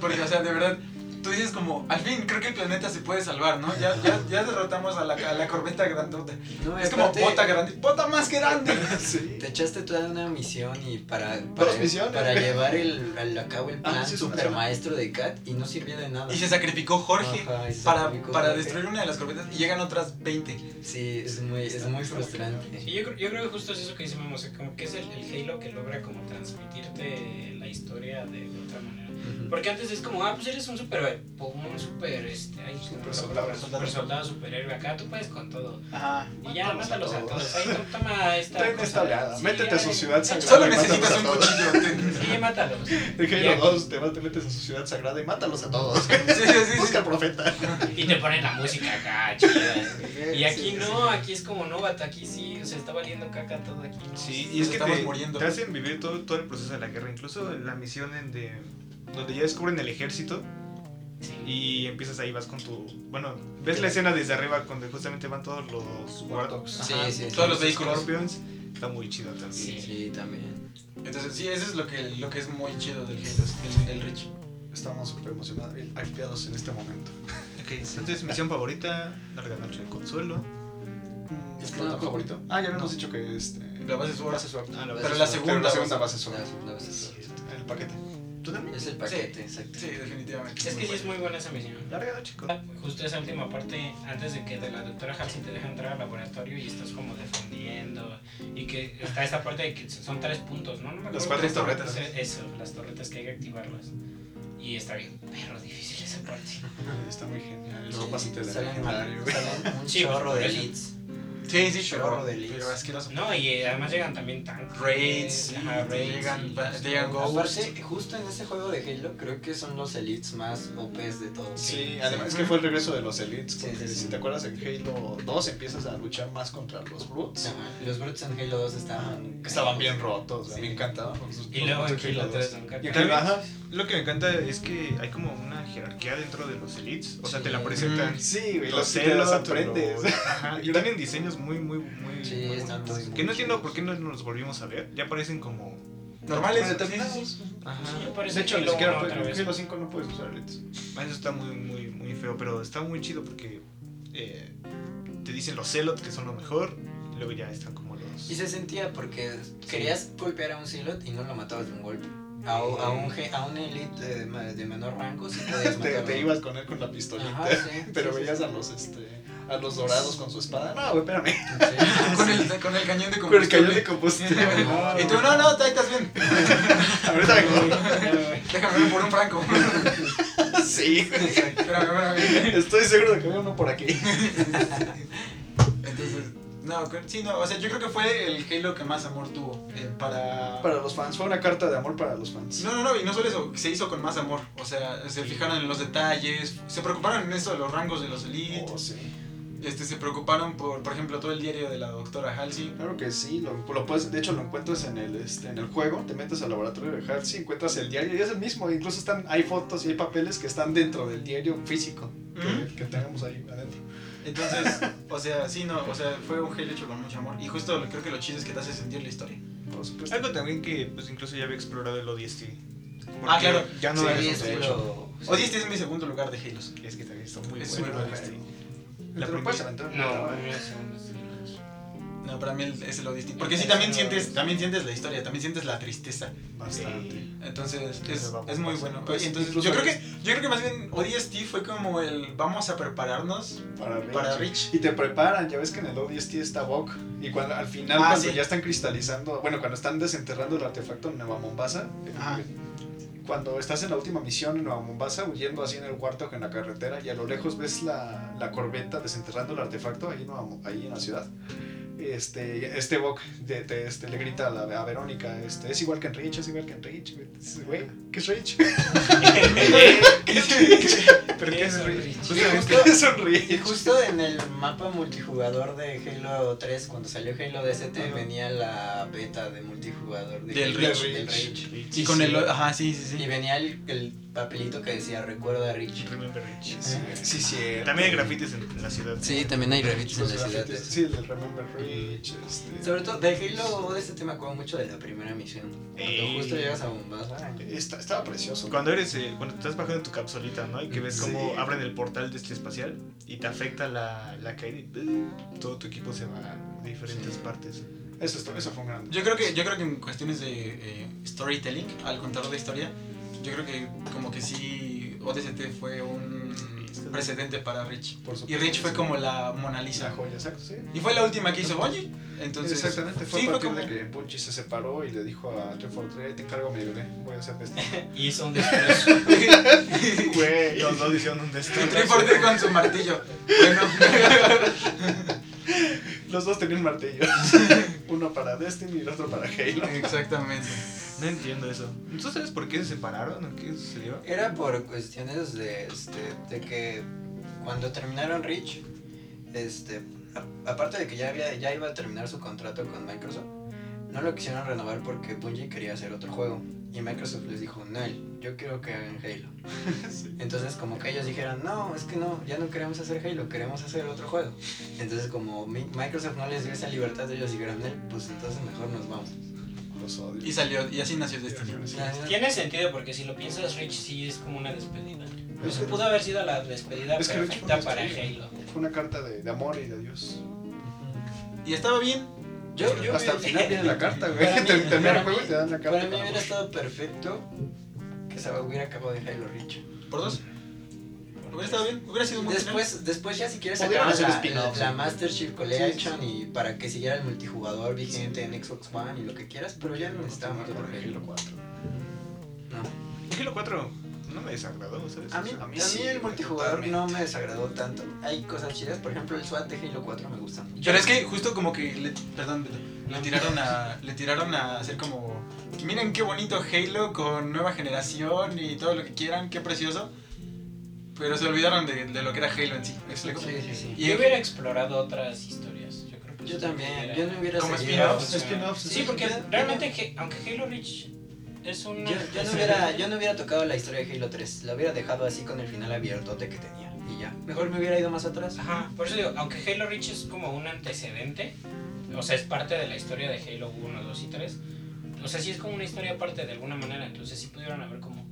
S4: porque, o sea, de verdad, tú dices como, al fin creo que el planeta se puede salvar, ¿no? Ya, ya, ya derrotamos a la, a la corbeta grandota.
S2: No,
S4: Es como
S2: aparte,
S4: bota grande, bota más grande.
S1: Sí.
S2: Te echaste toda una misión y para, para,
S1: misiones,
S2: para
S1: güey.
S2: llevar el, al a cabo el
S1: Ah,
S2: plan
S1: sí, es una
S2: super maestro de Cat y no sirvió de nada.
S4: Y se sacrificó Jorge
S2: Ajá, y se
S4: para,
S2: sacrificó
S4: para
S2: Jorge.
S4: destruir una de las corbetas y llegan otras 20.
S2: Sí, es muy, es muy frustrante.
S3: Sí, yo, creo- yo creo que justo es eso que dice Memo, o sea, como que es el, el Halo que logra como transmitirte la historia de otra manera.
S2: Ujú.
S3: Porque antes es como, ah, pues eres un superhéroe, pum, un super, este, ay, super soldado, super soldado, superhéroe, acá tú puedes con todo.
S1: Ajá.
S3: Y ya, mátalos a todos, ahí to- toma esta
S1: Ten
S3: cosa.
S1: esta oleada,
S3: Sí,
S1: métete a su
S3: ay,
S1: ciudad
S3: ay,
S1: sagrada.
S4: Solo
S1: Dale,
S4: necesitas un
S1: mátalos a
S4: cuchillo. ten.
S3: Sí, mátalos.
S1: Dije,
S3: Y ya-
S1: los dos, te, vas- te metes a su ciudad sagrada y mátalos a todos.
S4: Sí, sí, sí, sí.
S1: Busca al profeta.
S3: Y te ponen la música acá, chida. Y aquí
S4: Sí,
S3: no, aquí es como, no, vato, aquí sí, o sea, está valiendo caca todo aquí. ¿no?
S5: Sí,
S4: Nos
S5: y es que
S4: estamos
S5: te,
S4: muriendo.
S5: te hacen vivir todo, todo el proceso de la guerra, incluso la misión en de, donde ya descubren el ejército
S3: Sí.
S5: y empiezas ahí, vas con tu... Bueno, ves la escena desde arriba cuando justamente van todos los War Dogs,
S2: Sí,
S4: Ajá,
S2: sí, sí.
S4: Todos los vehículos.
S5: Scorpions, está muy chido también.
S3: Sí.
S2: Sí, también.
S4: Entonces, sí, eso es lo que, lo que es muy chido del Halo, el, el Rich.
S1: Estamos súper emocionados, bien hypeados en este momento.
S5: Ok, entonces misión favorita, larga noche de consuelo.
S1: ¿Es tu favorito? Ah, ya habíamos dicho que este.
S4: La base Sword.
S1: Base Sword.
S5: Ah,
S2: Pero
S5: la verdad.
S4: Pero
S2: la
S4: la
S1: Pero
S4: segunda,
S1: la segunda base
S2: La-
S1: Sword.
S2: la base es-
S1: El paquete.
S5: ¿Tú también?
S2: Es el paquete, exacto.
S4: Sí, definitivamente.
S3: Es que sí es muy buena esa misión.
S5: Larga noche con...
S3: Justo esa última parte, antes de que de la doctora Hudson te deja entrar al laboratorio y estás como defendiendo. Y que está esta parte de que son tres puntos, ¿no? No me acuerdo
S1: Las cuatro
S3: cuántos
S1: torretas.
S3: puntos es- Eso, las torretas que hay que activarlas. Y está bien, pero difícil esa parte.
S1: Está muy genial. El
S2: Sí,
S1: ropa sí te da
S2: salen
S1: legendario, güey.
S2: salen un
S3: Sí, pues,
S2: chorro
S3: por
S2: de
S3: eso.
S2: leads.
S4: Sí, sí,
S2: Chorro
S4: chorro
S2: de
S4: de
S2: leads.
S4: Pero asqueroso.
S3: No, y además llegan también tanques.
S4: Raids,
S3: ajá,
S4: y te
S3: raids.
S4: llegan-
S3: y-
S4: va- te llegan go-
S2: Aparte, justo en ese juego de Halo, creo que son los elites más OPs de todos.
S1: Sí, además es que fue el regreso de los Elites.
S2: Sí,
S1: Porque
S2: sí, sí.
S1: si te acuerdas, en Halo 2 empiezas a luchar más contra los Brutes.
S2: Ajá, Los Brutes en Halo 2
S1: Ajá,
S2: estaban...
S1: que Estaban bien rotos,
S2: Sí.
S1: me encantaban. los-
S3: Y
S1: los
S3: luego
S1: Brutes
S3: en Halo 3
S1: dos.
S3: son
S1: Y en
S3: caca.
S1: Halo, ajá.
S5: Lo que me encanta es que hay como una jerarquía dentro de los elites, o sea, te la
S2: Sí. Mm.
S5: presentan.
S1: Sí, güey, los,
S5: Los
S1: te los
S5: celos,
S1: aprendes.
S5: los- Ajá, y tienen diseños muy, muy, muy.
S2: Sí,
S5: muy
S2: están
S5: bonitos.
S2: muy,
S5: Que
S2: muy
S5: no entiendo
S2: chidos.
S5: por qué no nos volvimos a ver. Ya parecen como.
S4: Normales.
S5: Ajá.
S3: Sí, parece
S1: De hecho, ni
S3: Halo
S1: siquiera
S3: uno
S1: puedes-
S3: otra vez.
S1: en Halo 5 no puedes usar Elites.
S5: Ah, Eso está muy, muy, muy feo, pero está muy chido porque. eh, te dicen los celots que son lo mejor. Y luego ya están como los.
S2: Y se sentía porque querías golpear a un Silot y no lo matabas de un golpe.
S1: Mm.
S2: A, a un, ge- a un elite de, ma- de menor rango sí podías
S1: Te,
S2: matarlo.
S1: te ibas con él con la pistolita.
S2: Ajá, sí,
S1: Pero
S2: sí, sí,
S1: veías
S2: sí.
S1: a los este a los dorados con su espada. No, güey, espérame.
S2: Sí.
S4: Con el, con el cañón de
S1: Con el cañón de
S4: combustible.
S1: combustible.
S4: Y tú, no, no, te- estás bien.
S1: Ahorita vengo.
S4: Déjame ver por un franco.
S1: Sí.
S4: Espérame, espérame.
S1: Estoy seguro de que veo uno por aquí.
S4: Entonces, no, creo- sí, no, o sea, yo creo que fue el Halo que más amor tuvo eh, para...
S1: Para los fans, fue una carta de amor para los fans.
S4: No, no, no, y no solo eso, se hizo con más amor, o sea, se fijaron en los detalles, se preocuparon en eso de los rangos de los elite,
S1: Oh, sí.
S4: este, se preocuparon por, por ejemplo, todo el diario de la doctora Halsey.
S1: Claro que sí, lo, lo puedes, de hecho lo encuentras en el, este, en el juego, te metes al laboratorio de Halsey, encuentras el diario y es el mismo, incluso están, hay fotos y hay papeles que están dentro del diario físico que,
S4: Ujú.
S1: que tenemos ahí adentro.
S4: Entonces, o sea, sí, no, o sea, fue un Halo hecho con mucho amor. Y justo lo- creo que lo chido es que te hace sentir la historia.
S1: Por supuesto.
S5: Algo también que, pues, incluso ya había explorado el ODST.
S4: Ah, claro.
S5: Ya no
S2: Sí,
S5: eres
S2: es
S5: un
S2: que
S5: celote.
S2: lo- sí.
S4: Odyssey es mi segundo lugar de Halos.
S5: Es que también son muy
S4: Es
S5: buenos. este,
S4: muy
S1: bueno.
S5: ODST. La
S1: Te lo
S5: primera-
S1: puedes aventar.
S3: No,
S1: ¿no?
S4: No, para mí el- es el Odyssey. Porque sí, también sientes, también sientes la historia, también sientes la tristeza.
S1: Bastante.
S5: Sí.
S4: Entonces, es,
S5: Entonces, vamos
S4: es muy
S5: a-
S4: bueno.
S1: pues,
S4: Oye, entonces,
S1: incluso
S4: yo creo,
S1: es-
S4: que, yo creo que más bien ODST fue como el vamos a prepararnos
S1: Para Rich.
S4: para Rich.
S1: Y te preparan, ya ves que en el ODST está Bok. Y cuando al final,
S4: Ah,
S1: cuando
S4: sí.
S1: ya están cristalizando, bueno, cuando están desenterrando el artefacto en Nueva Mombasa, eh,
S4: Ajá.
S1: cuando estás en la última misión en Nueva Mombasa, huyendo así en el cuarto que en la carretera, y a lo lejos ves la, la corbeta desenterrando el artefacto ahí en, Nueva Mo- ahí en la ciudad. este, este Bok de- de- este, le grita a, la- a Verónica, este, es igual que en Rich, es igual que en Rich. güey. Dices, Güey, ¿qué es Rich? ¿Pero qué es
S3: Eso,
S1: Rich?
S3: Rich.
S1: Justamente,
S2: Justo-
S1: es un Rich.
S2: Y justo en el mapa multijugador de Halo 3, cuando salió Halo DST,
S1: Ajá.
S2: venía la beta de multijugador de
S5: Del
S2: Halo-
S1: Reach.
S2: del Reach.
S5: Rich.
S2: Sí,
S5: Y con
S2: sí.
S5: el. Ajá, sí, sí,
S2: Y
S5: sí.
S2: venía el, el papelito que decía recuerda a Rich.
S5: Remember Rich.
S1: Sí, sí.
S5: También hay grafitis en en la ciudad.
S2: Sí, también hay revites en
S1: Los
S2: la ciudad.
S1: grafitis, Sí, el de Remember Rich. Este,
S2: Sobre todo de Halo DST me acuerdo mucho de la primera misión. Cuando
S5: Ey.
S2: justo llegas a Mombasa.
S1: Está- estaba precioso.
S5: Cuando eres, eh, cuando estás bajando tu capsulita, ¿no? Y que ves cómo
S1: Sí.
S5: abren el portal de este espacial y te afecta la, la caída y ¡pum! todo tu equipo se va a diferentes
S2: Sí.
S5: partes.
S1: Eso, está- eso fue un gran.
S4: Yo creo que, yo creo que en cuestiones de eh, storytelling, al contar la historia, yo creo que como que sí ODST fue un precedente para Rich.
S1: por supuesto,
S4: Y Rich fue
S1: sí.
S4: como la Mona Lisa.
S1: la joya, exacto, sí.
S4: Y fue la última que hizo Bungie. Entonces,
S1: Exactamente, fue
S4: sí,
S1: a
S4: fue
S1: partir
S4: como-
S1: de que Bungie se separó y le dijo a 343, te encargo mi bebé, voy a hacer esto.
S3: Y hizo un después.
S5: Güey, los dos hicieron un destino.
S4: Triforce con su martillo. Bueno,
S1: Los dos tenían martillos, uno para Destiny y el otro para Halo.
S4: exactamente.
S5: No entiendo eso. ¿Tú sabes por qué se separaron o qué sucedió?
S2: Era por cuestiones de, este, de que cuando terminaron Rich, este, a- aparte de que ya, había, ya iba a terminar su contrato con Microsoft, no lo quisieron renovar porque Bungie quería hacer otro juego. Y Microsoft les dijo, no, yo quiero que hagan Halo. Entonces como que ellos dijeron, no, es que no, ya no queremos hacer Halo, queremos hacer otro juego. Entonces como Mi- Microsoft no les dio esa libertad, ellos dijeron, "Nel, pues entonces mejor nos vamos.
S1: Los odio.
S4: Y salió, y así nació Destiny.
S3: Tiene sentido porque si lo piensas, Rich sí es como una despedida. Pues pudo haber sido la despedida
S1: Es que Rich fue
S3: perfecta
S1: una
S3: para
S1: despedida.
S3: Halo.
S1: Fue una carta de, de amor y de Dios.
S4: Y estaba bien.
S2: Yo, yo
S1: Hasta el
S2: hubiera-
S1: final viene la carta, güey.
S2: Para mí-
S1: Te- Termina
S2: para
S1: el juego y
S2: mí-
S1: te dan la carta.
S2: Para mí
S1: con amor.
S2: hubiera estado perfecto que se hubiera acabado de Halo Reach.
S4: Por dos. Hubiera estado bien. Hubiera sido muy
S2: Después, después ya si quieres
S1: Podrían
S2: sacar
S1: hacer
S2: la,
S1: spin-offs,
S2: la
S1: ¿no?
S2: Master Chief Collection y para que siguiera el multijugador vigente en Xbox One y lo que quieras, pero ya no necesitábamos otro
S1: Por
S2: Halo.
S1: Halo 4.
S2: No.
S5: Halo 4 no me desagradó, ¿sabes?
S2: A mí,
S5: O
S2: a
S5: sea,
S2: mí,
S1: sí,
S2: el multijugador
S1: totalmente.
S2: no me desagradó tanto. Hay cosas chidas, por ejemplo el SWAT de Halo 4 me gusta mucho.
S4: Pero es que justo como que le, perdón, Beto, le tiraron a le tiraron a hacer como miren qué bonito Halo con nueva generación y todo lo que quieran, qué precioso. Pero se olvidaron de, de lo que era Halo en sí, ¿me explico?
S2: Sí, sí, sí.
S4: Y
S3: Yo hubiera explorado otras historias. Yo creo que
S2: Yo
S3: eso
S2: también,
S3: hubiera-
S2: yo no hubiera
S4: Como
S2: seguido.
S4: spin-offs,
S1: spin-offs,
S3: Sí, porque realmente, He- aunque Halo Reach es un.
S2: Yo, yo no hubiera, yo no hubiera tocado la historia de Halo 3, la hubiera dejado así con el final abiertote que tenía y ya. Mejor me hubiera ido más atrás.
S3: Ajá, por eso digo, aunque Halo Reach es como un antecedente, o sea, es parte de la historia de Halo 1, 2 y 3, o sea, sí es como una historia aparte de alguna manera, entonces sí pudieron haber como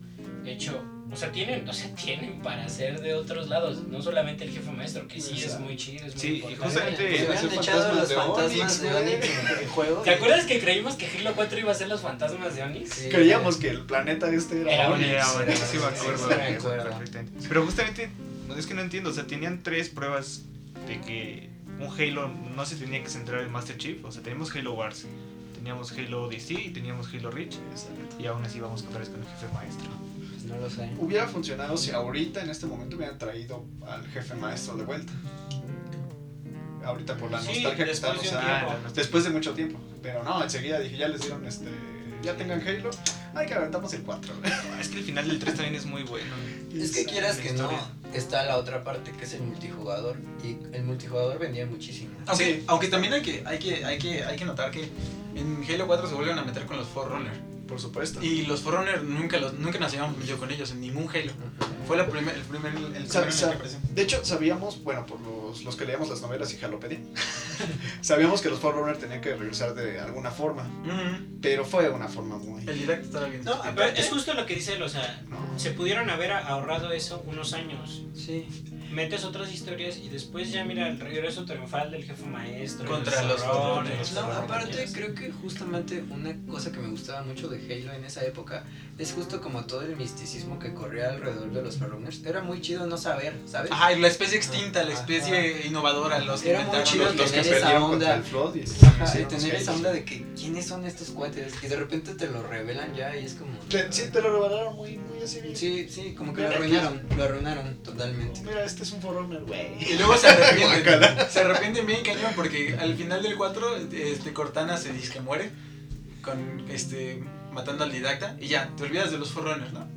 S3: hecho, o sea, tienen, o sea, tienen para hacer de otros lados, no solamente el jefe maestro, que sí es
S1: Exacto.
S3: muy chido, es muy
S5: Sí, y
S3: importante.
S5: justamente.
S2: Se hubieran
S1: Hacer
S2: echado
S1: fantasmas
S2: los
S1: de
S2: fantasmas
S1: Onix,
S2: de
S1: güey.
S2: Onix en el juego.
S3: ¿Te acuerdas que creímos que Halo 4 iba a ser los fantasmas de Onix?
S2: Sí.
S1: Creíamos que el planeta este era,
S3: Era
S5: Ah,
S1: Onix.
S5: bueno, ya, bueno, sí me
S2: Sí, sí,
S5: acuerdo.
S2: sí, me acuerdo.
S5: perfectamente. Pero justamente, no, es que no entiendo, o sea, tenían tres pruebas de que un Halo no se tenía que centrar en Master Chief, o sea, teníamos Halo Wars, teníamos Halo DC y teníamos Halo Reach, y aún así vamos otra vez con el jefe maestro.
S2: Pues no lo sé.
S1: Hubiera funcionado si ahorita en este momento hubieran traído al jefe maestro de vuelta. Ahorita por la
S3: Sí,
S1: nostalgia que están
S3: después de un
S1: usando.
S3: tiempo.
S1: Después de mucho tiempo. Pero no, enseguida dije, ya les dieron este. Ya tengan Halo. Ay, que aventamos el 4.
S5: Ah, Es que el final del 3 también es muy bueno.
S2: Es que quieras que no,
S5: historia.
S2: está la otra parte que es el multijugador y el multijugador vendía muchísimo.
S4: Aunque,
S1: Sí.
S4: Ah, aunque también hay que, hay, que, hay, que, hay que notar que en Halo 4 se vuelven a meter con los Forerunner.
S1: Por supuesto.
S4: Y los Forerunner nunca, los, nunca nos llevamos yo con ellos en ningún Halo. Fue la primer, el primer, el primer
S1: Sa-
S4: en el
S1: sa-
S4: que apareció.
S1: de hecho, sabíamos, bueno, por los, los que leíamos las novelas y Jalopedí, sabíamos que los Forerunner tenían que regresar de alguna forma,
S4: Ujú.
S1: pero fue una forma muy...
S4: El directo estaba bien.
S3: No,
S4: suficiente.
S3: pero es justo lo que dice él, o sea,
S1: No.
S3: se pudieron haber ahorrado eso unos años.
S2: Sí.
S3: metes otras historias y después ya mira el regreso triunfal del jefe maestro y
S4: Contra los
S3: zorrones,
S4: zorrones.
S2: No,
S3: los
S2: aparte
S3: zorrones.
S2: creo que justamente una cosa que me gustaba mucho de Halo en esa época es justo como todo el misticismo que corría alrededor de los Forrunners. Era muy chido no saber, ¿sabes?
S4: Ajá, y la especie extinta, la
S2: Ajá.
S4: especie innovadora, los que
S2: Era muy
S4: inventaron
S2: chido
S4: los, los que
S2: tener esa
S1: perdieron contra
S2: onda.
S1: el Flood y
S2: Ajá, y
S1: hicieron
S2: tener
S1: los
S2: esa
S1: Hell's.
S2: onda de que quiénes son estos cuates y de repente te lo revelan ya y es como
S1: Te- Sí, te lo revelaron muy, muy así. bien.
S2: sí sí como que lo arruinaron lo arruinaron totalmente
S1: Mira, este es un forerunner, güey.
S4: Y luego se arrepienten. se arrepienten bien cañón porque al final del 4 este, Cortana se dice que muere con este matando al didacta y ya, te olvidas de los Forerunners, ¿no?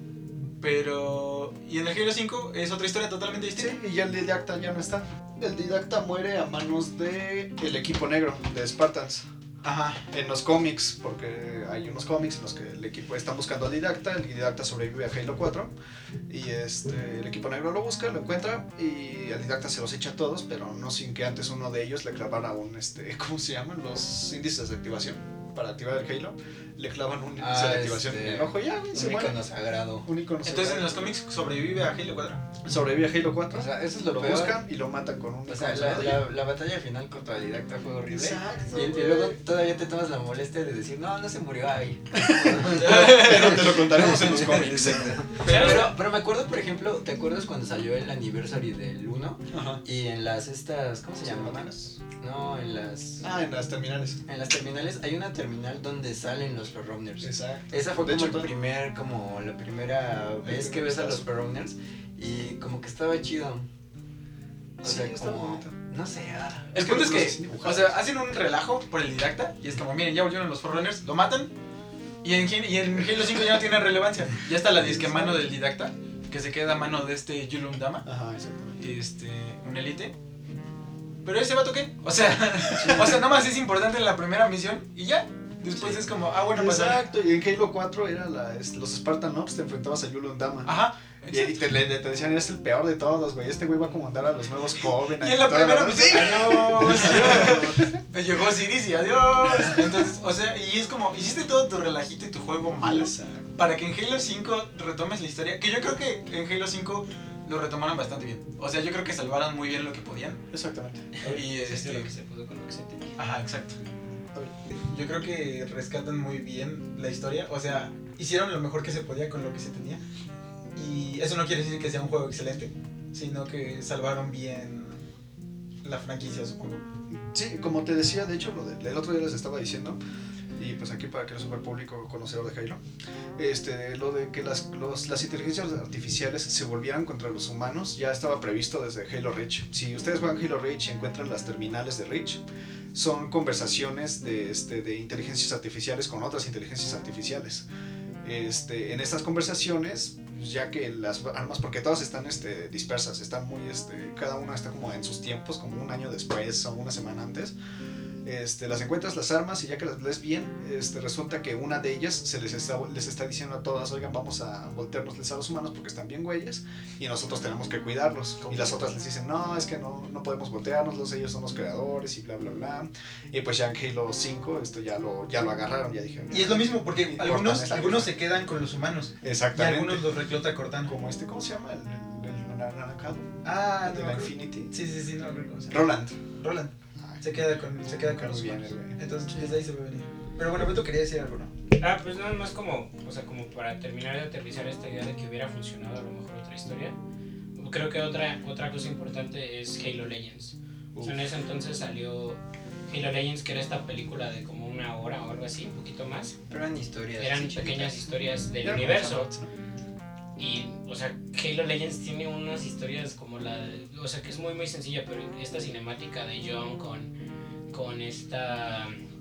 S4: Pero y en el Halo 5 es otra historia totalmente
S1: Sí,
S4: distinta.
S1: y ya el Didacta ya no está. El Didacta muere a manos de el equipo negro, de Spartans.
S4: Ajá.
S1: En los cómics, porque hay unos cómics en los que el equipo están buscando al Didacta, el Didacta sobrevive a Halo 4 y este, el equipo negro lo busca, lo encuentra y el Didacta se los echa a todos, pero no sin que antes uno de ellos le clavara un, este, ¿cómo se llaman? Los índices de activación para activar el Halo. Le clavan un índice
S2: Ah,
S1: de activación
S2: este,
S1: en el ojo y ya, se
S2: un
S1: muere.
S2: icono sagrado
S1: Un icono
S4: Entonces
S1: sagrado.
S4: en los cómics sobrevive a Halo 4.
S1: sobrevive a Halo 4,
S2: o sea eso es lo,
S1: lo
S2: peor
S1: buscan y lo matan con un
S2: o sea
S1: icono
S2: la,
S1: sagrado.
S2: la- la batalla final contra Didacta fue horrible
S1: Exacto.
S2: y, y
S1: güey.
S2: luego todavía te tomas la molestia de decir no no se murió ahí
S1: Pero te lo contaremos en los cómics.
S2: pero, pero me acuerdo por ejemplo te acuerdas cuando salió el anniversary del 1
S1: Ajá.
S2: y en las estas cómo se llama no en las
S1: Ah, en las terminales.
S2: en las terminales hay una terminal donde salen los Runners
S1: Exacto.
S2: Esa fue como
S1: De hecho,
S2: el
S1: todo-
S2: primer, como la primera vez que
S1: primer
S2: ves a los
S1: vistazo.
S2: Perrowners y como que estaba chido. O
S1: Sí,
S2: sea,
S1: está
S2: como,
S1: bonito.
S2: no sé, ah,
S4: El punto es que, o
S1: dibujados.
S4: sea, hacen un relajo por el didacta y es como, miren, ya volvieron los Forerunners, lo matan y en, Gen- y en Halo 5 ya no tiene relevancia. Ya está la disque mano del didacta, que se queda a mano de este Yulum Dama,
S1: Ajá, exactamente.
S4: este, un elite. Pero ese vato qué? O sea, o sea, nomás es importante en la primera misión y ya. Después es como, ah, bueno, pasar.
S1: Exacto, pues, y en Halo 4 era la, es- los Spartan Ops, te enfrentabas a Yulon Dama.
S4: Ajá.
S1: Y, y te, le- te decían, eres el peor de todos, güey. Este güey va a comandar a los nuevos jóvenes.
S4: Y en la
S1: toda
S4: primera
S1: onda.
S4: misión, adiós, Me llegó Siris y adiós. Entonces, o sea, y es como, hiciste todo tu relajito y tu juego malo.
S1: Exacto.
S4: para que en Halo 5 retomes la historia, que yo creo que en Halo 5 lo retomaron bastante bien. O sea, yo creo que salvaron muy bien lo que podían.
S1: Exactamente.
S4: Y
S3: Se hizo lo que
S4: este,
S3: se pudo con lo que se tenía.
S4: ajá, exacto. Yo creo que rescatan muy bien la historia, o sea, hicieron lo mejor que se podía con lo que se tenía. Y eso no quiere decir que sea un juego excelente, sino que salvaron bien la franquicia, supongo.
S1: Sí, como te decía, de hecho, lo del el otro día les estaba diciendo, y pues aquí para que lo sepa el público conocedor de Halo, este, lo de que las, los- las inteligencias artificiales se volvieran contra los humanos ya estaba previsto desde Halo Reach. Si ustedes juegan Halo Reach y encuentran las terminales de Reach, son conversaciones de, este, de inteligencias artificiales con otras inteligencias artificiales. Este, en estas conversaciones, ya que las armas, porque todas están este, dispersas, están muy, este, cada una está como en sus tiempos, como un año después o una semana antes, este, las encuentras las armas y ya que las lees bien, este, resulta que una de ellas se les está, les está diciendo a todas, oigan, vamos a voltearnos a los humanos porque están bien güeyes y nosotros tenemos que cuidarlos. Y las otras les dicen, no, es que no, no podemos voltearnos, ellos son los creadores y bla, bla, bla. Y pues ya en Halo 5 esto este, ya lo, ya lo agarraron, ya dijeron.
S6: Y es lo mismo porque
S1: Cortana
S6: algunos,
S1: está
S6: algunos se quedan con los humanos y
S1: Exactamente.
S6: algunos los recluta Cortana.
S1: como este, ¿cómo se llama? El, el, el anaranjado,
S6: Ah,
S1: el de
S6: no.
S1: la
S6: creo-
S1: Infinity.
S6: Sí, sí, sí, no, creo cómo se llama.
S1: Roland.
S6: Roland.
S4: Ah,
S6: Se queda con, se queda con los
S1: Bien,
S6: humanos.
S1: güey.
S6: Entonces desde ahí se ve venir. Pero bueno, Beto quería decir algo, ¿no?
S3: Ah, pues nada más como, o sea, como para terminar de aterrizar esta idea de que hubiera funcionado a lo mejor otra historia. Creo que otra, otra cosa importante es Halo Legends. O sea, en ese entonces salió Halo Legends, que era esta película de como una hora o algo así, un poquito más.
S2: pero eran historias.
S3: Eran
S2: así
S3: pequeñas
S2: chiquitas.
S3: historias del
S1: Ya,
S3: universo.
S1: mucho rato.
S3: Y, o sea, Halo Legends tiene unas historias como la. de- o sea, que es muy, muy sencilla, pero esta cinemática de John con, con esta. um,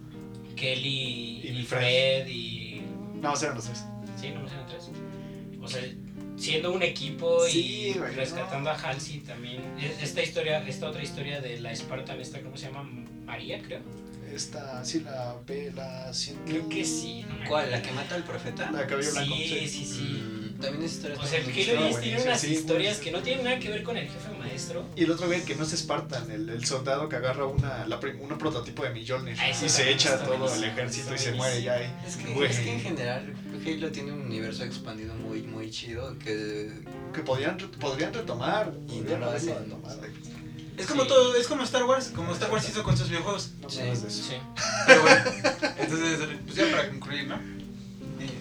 S3: Kelly
S1: Y
S3: y
S1: Fred.
S3: Fred y.
S1: No, eran los tres.
S3: Sí, no me salen tres. O sea, siendo un equipo
S1: Sí,
S3: y
S1: güey,
S3: rescatando a Halsey también. E- Esta historia, esta otra historia de la Spartan, esta, ¿cómo se llama? María, creo.
S1: Esta, sí, la B, la cien-
S3: Creo que sí. no me
S2: ¿Cuál? ¿La
S3: acuerdo.
S2: que mata al profeta?
S1: La de cabello blanco.
S3: Sí, sí, sí.
S2: Mm, También es historia.
S3: O sea, el Halo
S1: chido,
S3: Legends
S1: güey,
S3: tiene
S1: sí,
S3: unas
S1: sí,
S3: historias
S1: sí.
S3: que no tienen nada que ver con el jefe maestro.
S1: Y el otro güey que no es Spartan, el, el soldado que agarra una, la prim- un prototipo de Mjolnir
S3: Ah, ese
S1: y se
S3: está-
S1: echa
S3: está
S1: todo
S3: buenísimo,
S1: el ejército
S3: está
S1: y se muere ya ahí.
S2: Es que,
S1: Güey.
S2: es que en general Halo tiene un universo expandido muy muy chido que
S1: Que podrían, re- podrían retomar.
S2: Y no
S1: podrían
S2: lo hacen,
S1: haberlo
S2: ¿no?
S1: retomado.
S4: Es como
S3: Sí.
S4: todo, es como Star Wars, como Star Wars hizo con sus videojuegos.
S1: No
S2: Sí.
S1: me hables de eso.
S3: Sí.
S4: Pero bueno, entonces, pues ya para concluir, ¿no?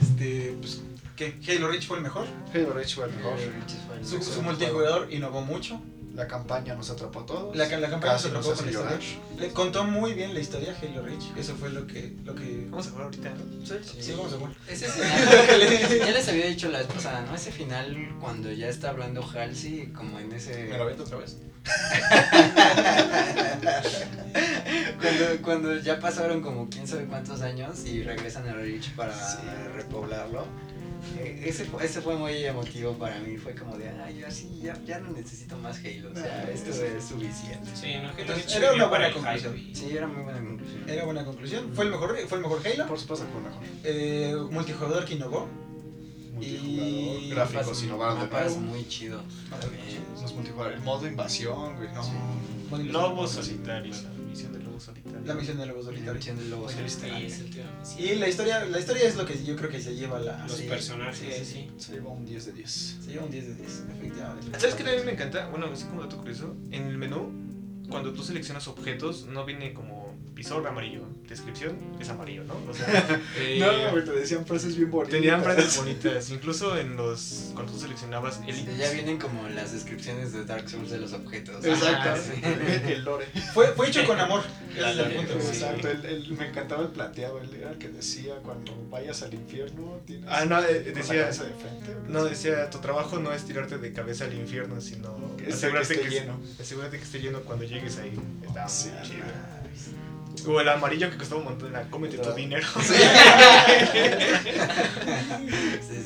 S4: Este, pues, ¿qué? Halo Reach fue el mejor.
S2: Eh,
S1: Halo Reach fue el mejor.
S2: Halo Reach es bueno.
S4: Su, su multijugador innovó mucho.
S1: La campaña nos atrapó a todos.
S6: La, la campaña
S1: Casi
S6: se atrapó
S1: hace
S6: con la
S1: llorar.
S6: historia. Le contó muy bien la historia a Halo Reach. Eso fue lo que. Lo que
S5: Vamos a jugar ahorita.
S6: sí. vamos a jugar.
S2: Ese final, ya les había dicho la vez pasada, ¿no? Ese final cuando ya está hablando Halsey, como en ese...
S1: ¿Me lo aviento otra vez?
S2: cuando, cuando ya pasaron como quién sabe cuántos años y regresan a Rich para repoblarlo. eh, Ese, fue- ese fue muy emotivo para mí, fue como de, ah, ya sí, ya, ya no necesito más Halo, o sea, esto es suficiente.
S3: Sí, no, que
S6: Entonces, era
S3: lo
S6: una
S3: sirvió
S6: buena
S3: para el
S6: conclusión.
S3: hype y-
S2: Sí, era muy buena conclusión.
S6: Era buena conclusión. Fue el mejor, fue el mejor Halo.
S1: Por supuesto que fue mejor.
S6: Eh, multijugador que innovó.
S1: Multijugador,
S6: Y-
S1: gráficos innovaron de
S2: Mapas
S1: nuevo.
S2: muy chido. también.
S1: Los multijugador, el modo invasión, güey, no.
S5: Lobo solitario. La misión de lobo solitario.
S6: La misión del lobo
S2: La
S6: solitario.
S2: misión del lobo
S3: Sí,
S2: solitario.
S3: es el tema. sí.
S6: Y la historia, la historia es lo que yo creo que se lleva la.
S3: Los
S6: sí,
S3: personajes, sí.
S1: Se llevó un 10 de 10.
S6: Se lleva un 10 de 10, efectivamente.
S5: ¿Sabes qué también me encanta? Bueno, así como dato curioso, en el menú, cuando tú seleccionas objetos, no viene como visor amarillo, descripción es amarillo, ¿no? O sea, eh,
S1: güey, te decían frases bien bonitas.
S5: tenían frases bonitas, incluso en los, cuando tú seleccionabas el
S2: Sí, Ya vienen como las descripciones de Dark Souls de los objetos.
S1: Exacto.
S2: Ajá, sí.
S1: El lore.
S6: Fue, fue hecho con amor. Ese es el
S2: lore,
S6: punto.
S2: sí.
S1: Exacto, el- el- me encantaba el plateado, él era el que decía cuando vayas al infierno tienes
S5: Ah, no, eh,
S1: con la
S5: decía-
S1: cabeza de frente.
S5: No, decía, tu trabajo no es tirarte de cabeza al infierno, sino
S1: Que esté-
S5: asegurarte
S1: que
S5: que,
S1: esté lleno.
S5: asegurarte que esté lleno cuando llegues ahí. Está muy
S1: Ah, Sí,
S5: chido. O el amarillo que costaba un montón, era cómete tu
S1: Todo.
S5: dinero.
S2: Sí,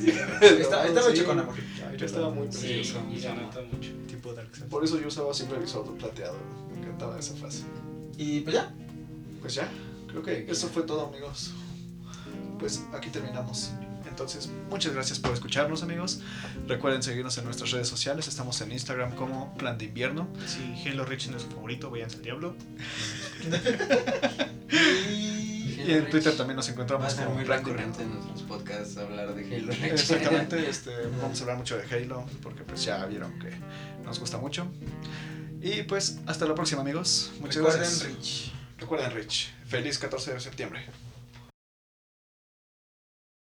S2: sí.
S6: Está- estaba hecho con amor.
S1: Yo estaba muy
S3: Sí,
S1: precioso.
S3: y se nota mucho.
S5: Tipo Dark Souls.
S1: Por eso yo usaba siempre visor plateado, me encantaba esa frase.
S6: Y pues ya.
S1: Pues ya, creo que eso fue todo amigos. Pues aquí terminamos. Entonces, muchas gracias por escucharnos amigos. Recuerden seguirnos en nuestras redes sociales. Estamos en Instagram como Plan de Invierno.
S5: Si Halo Reach no es su favorito, váyanse al diablo.
S6: Y.
S1: Y en Twitter también nos
S2: Va a
S1: encontramos
S2: ser
S1: como
S2: muy
S1: Plan
S2: recurrente en nuestros podcasts hablar de Halo Reach.
S1: Exactamente, este, vamos a hablar mucho de Halo porque pues ya vieron que nos gusta mucho. Y pues hasta la próxima amigos. Muchas
S6: Recuerden
S1: gracias.
S6: Rich.
S1: Recuerden Rich, feliz 14 de septiembre.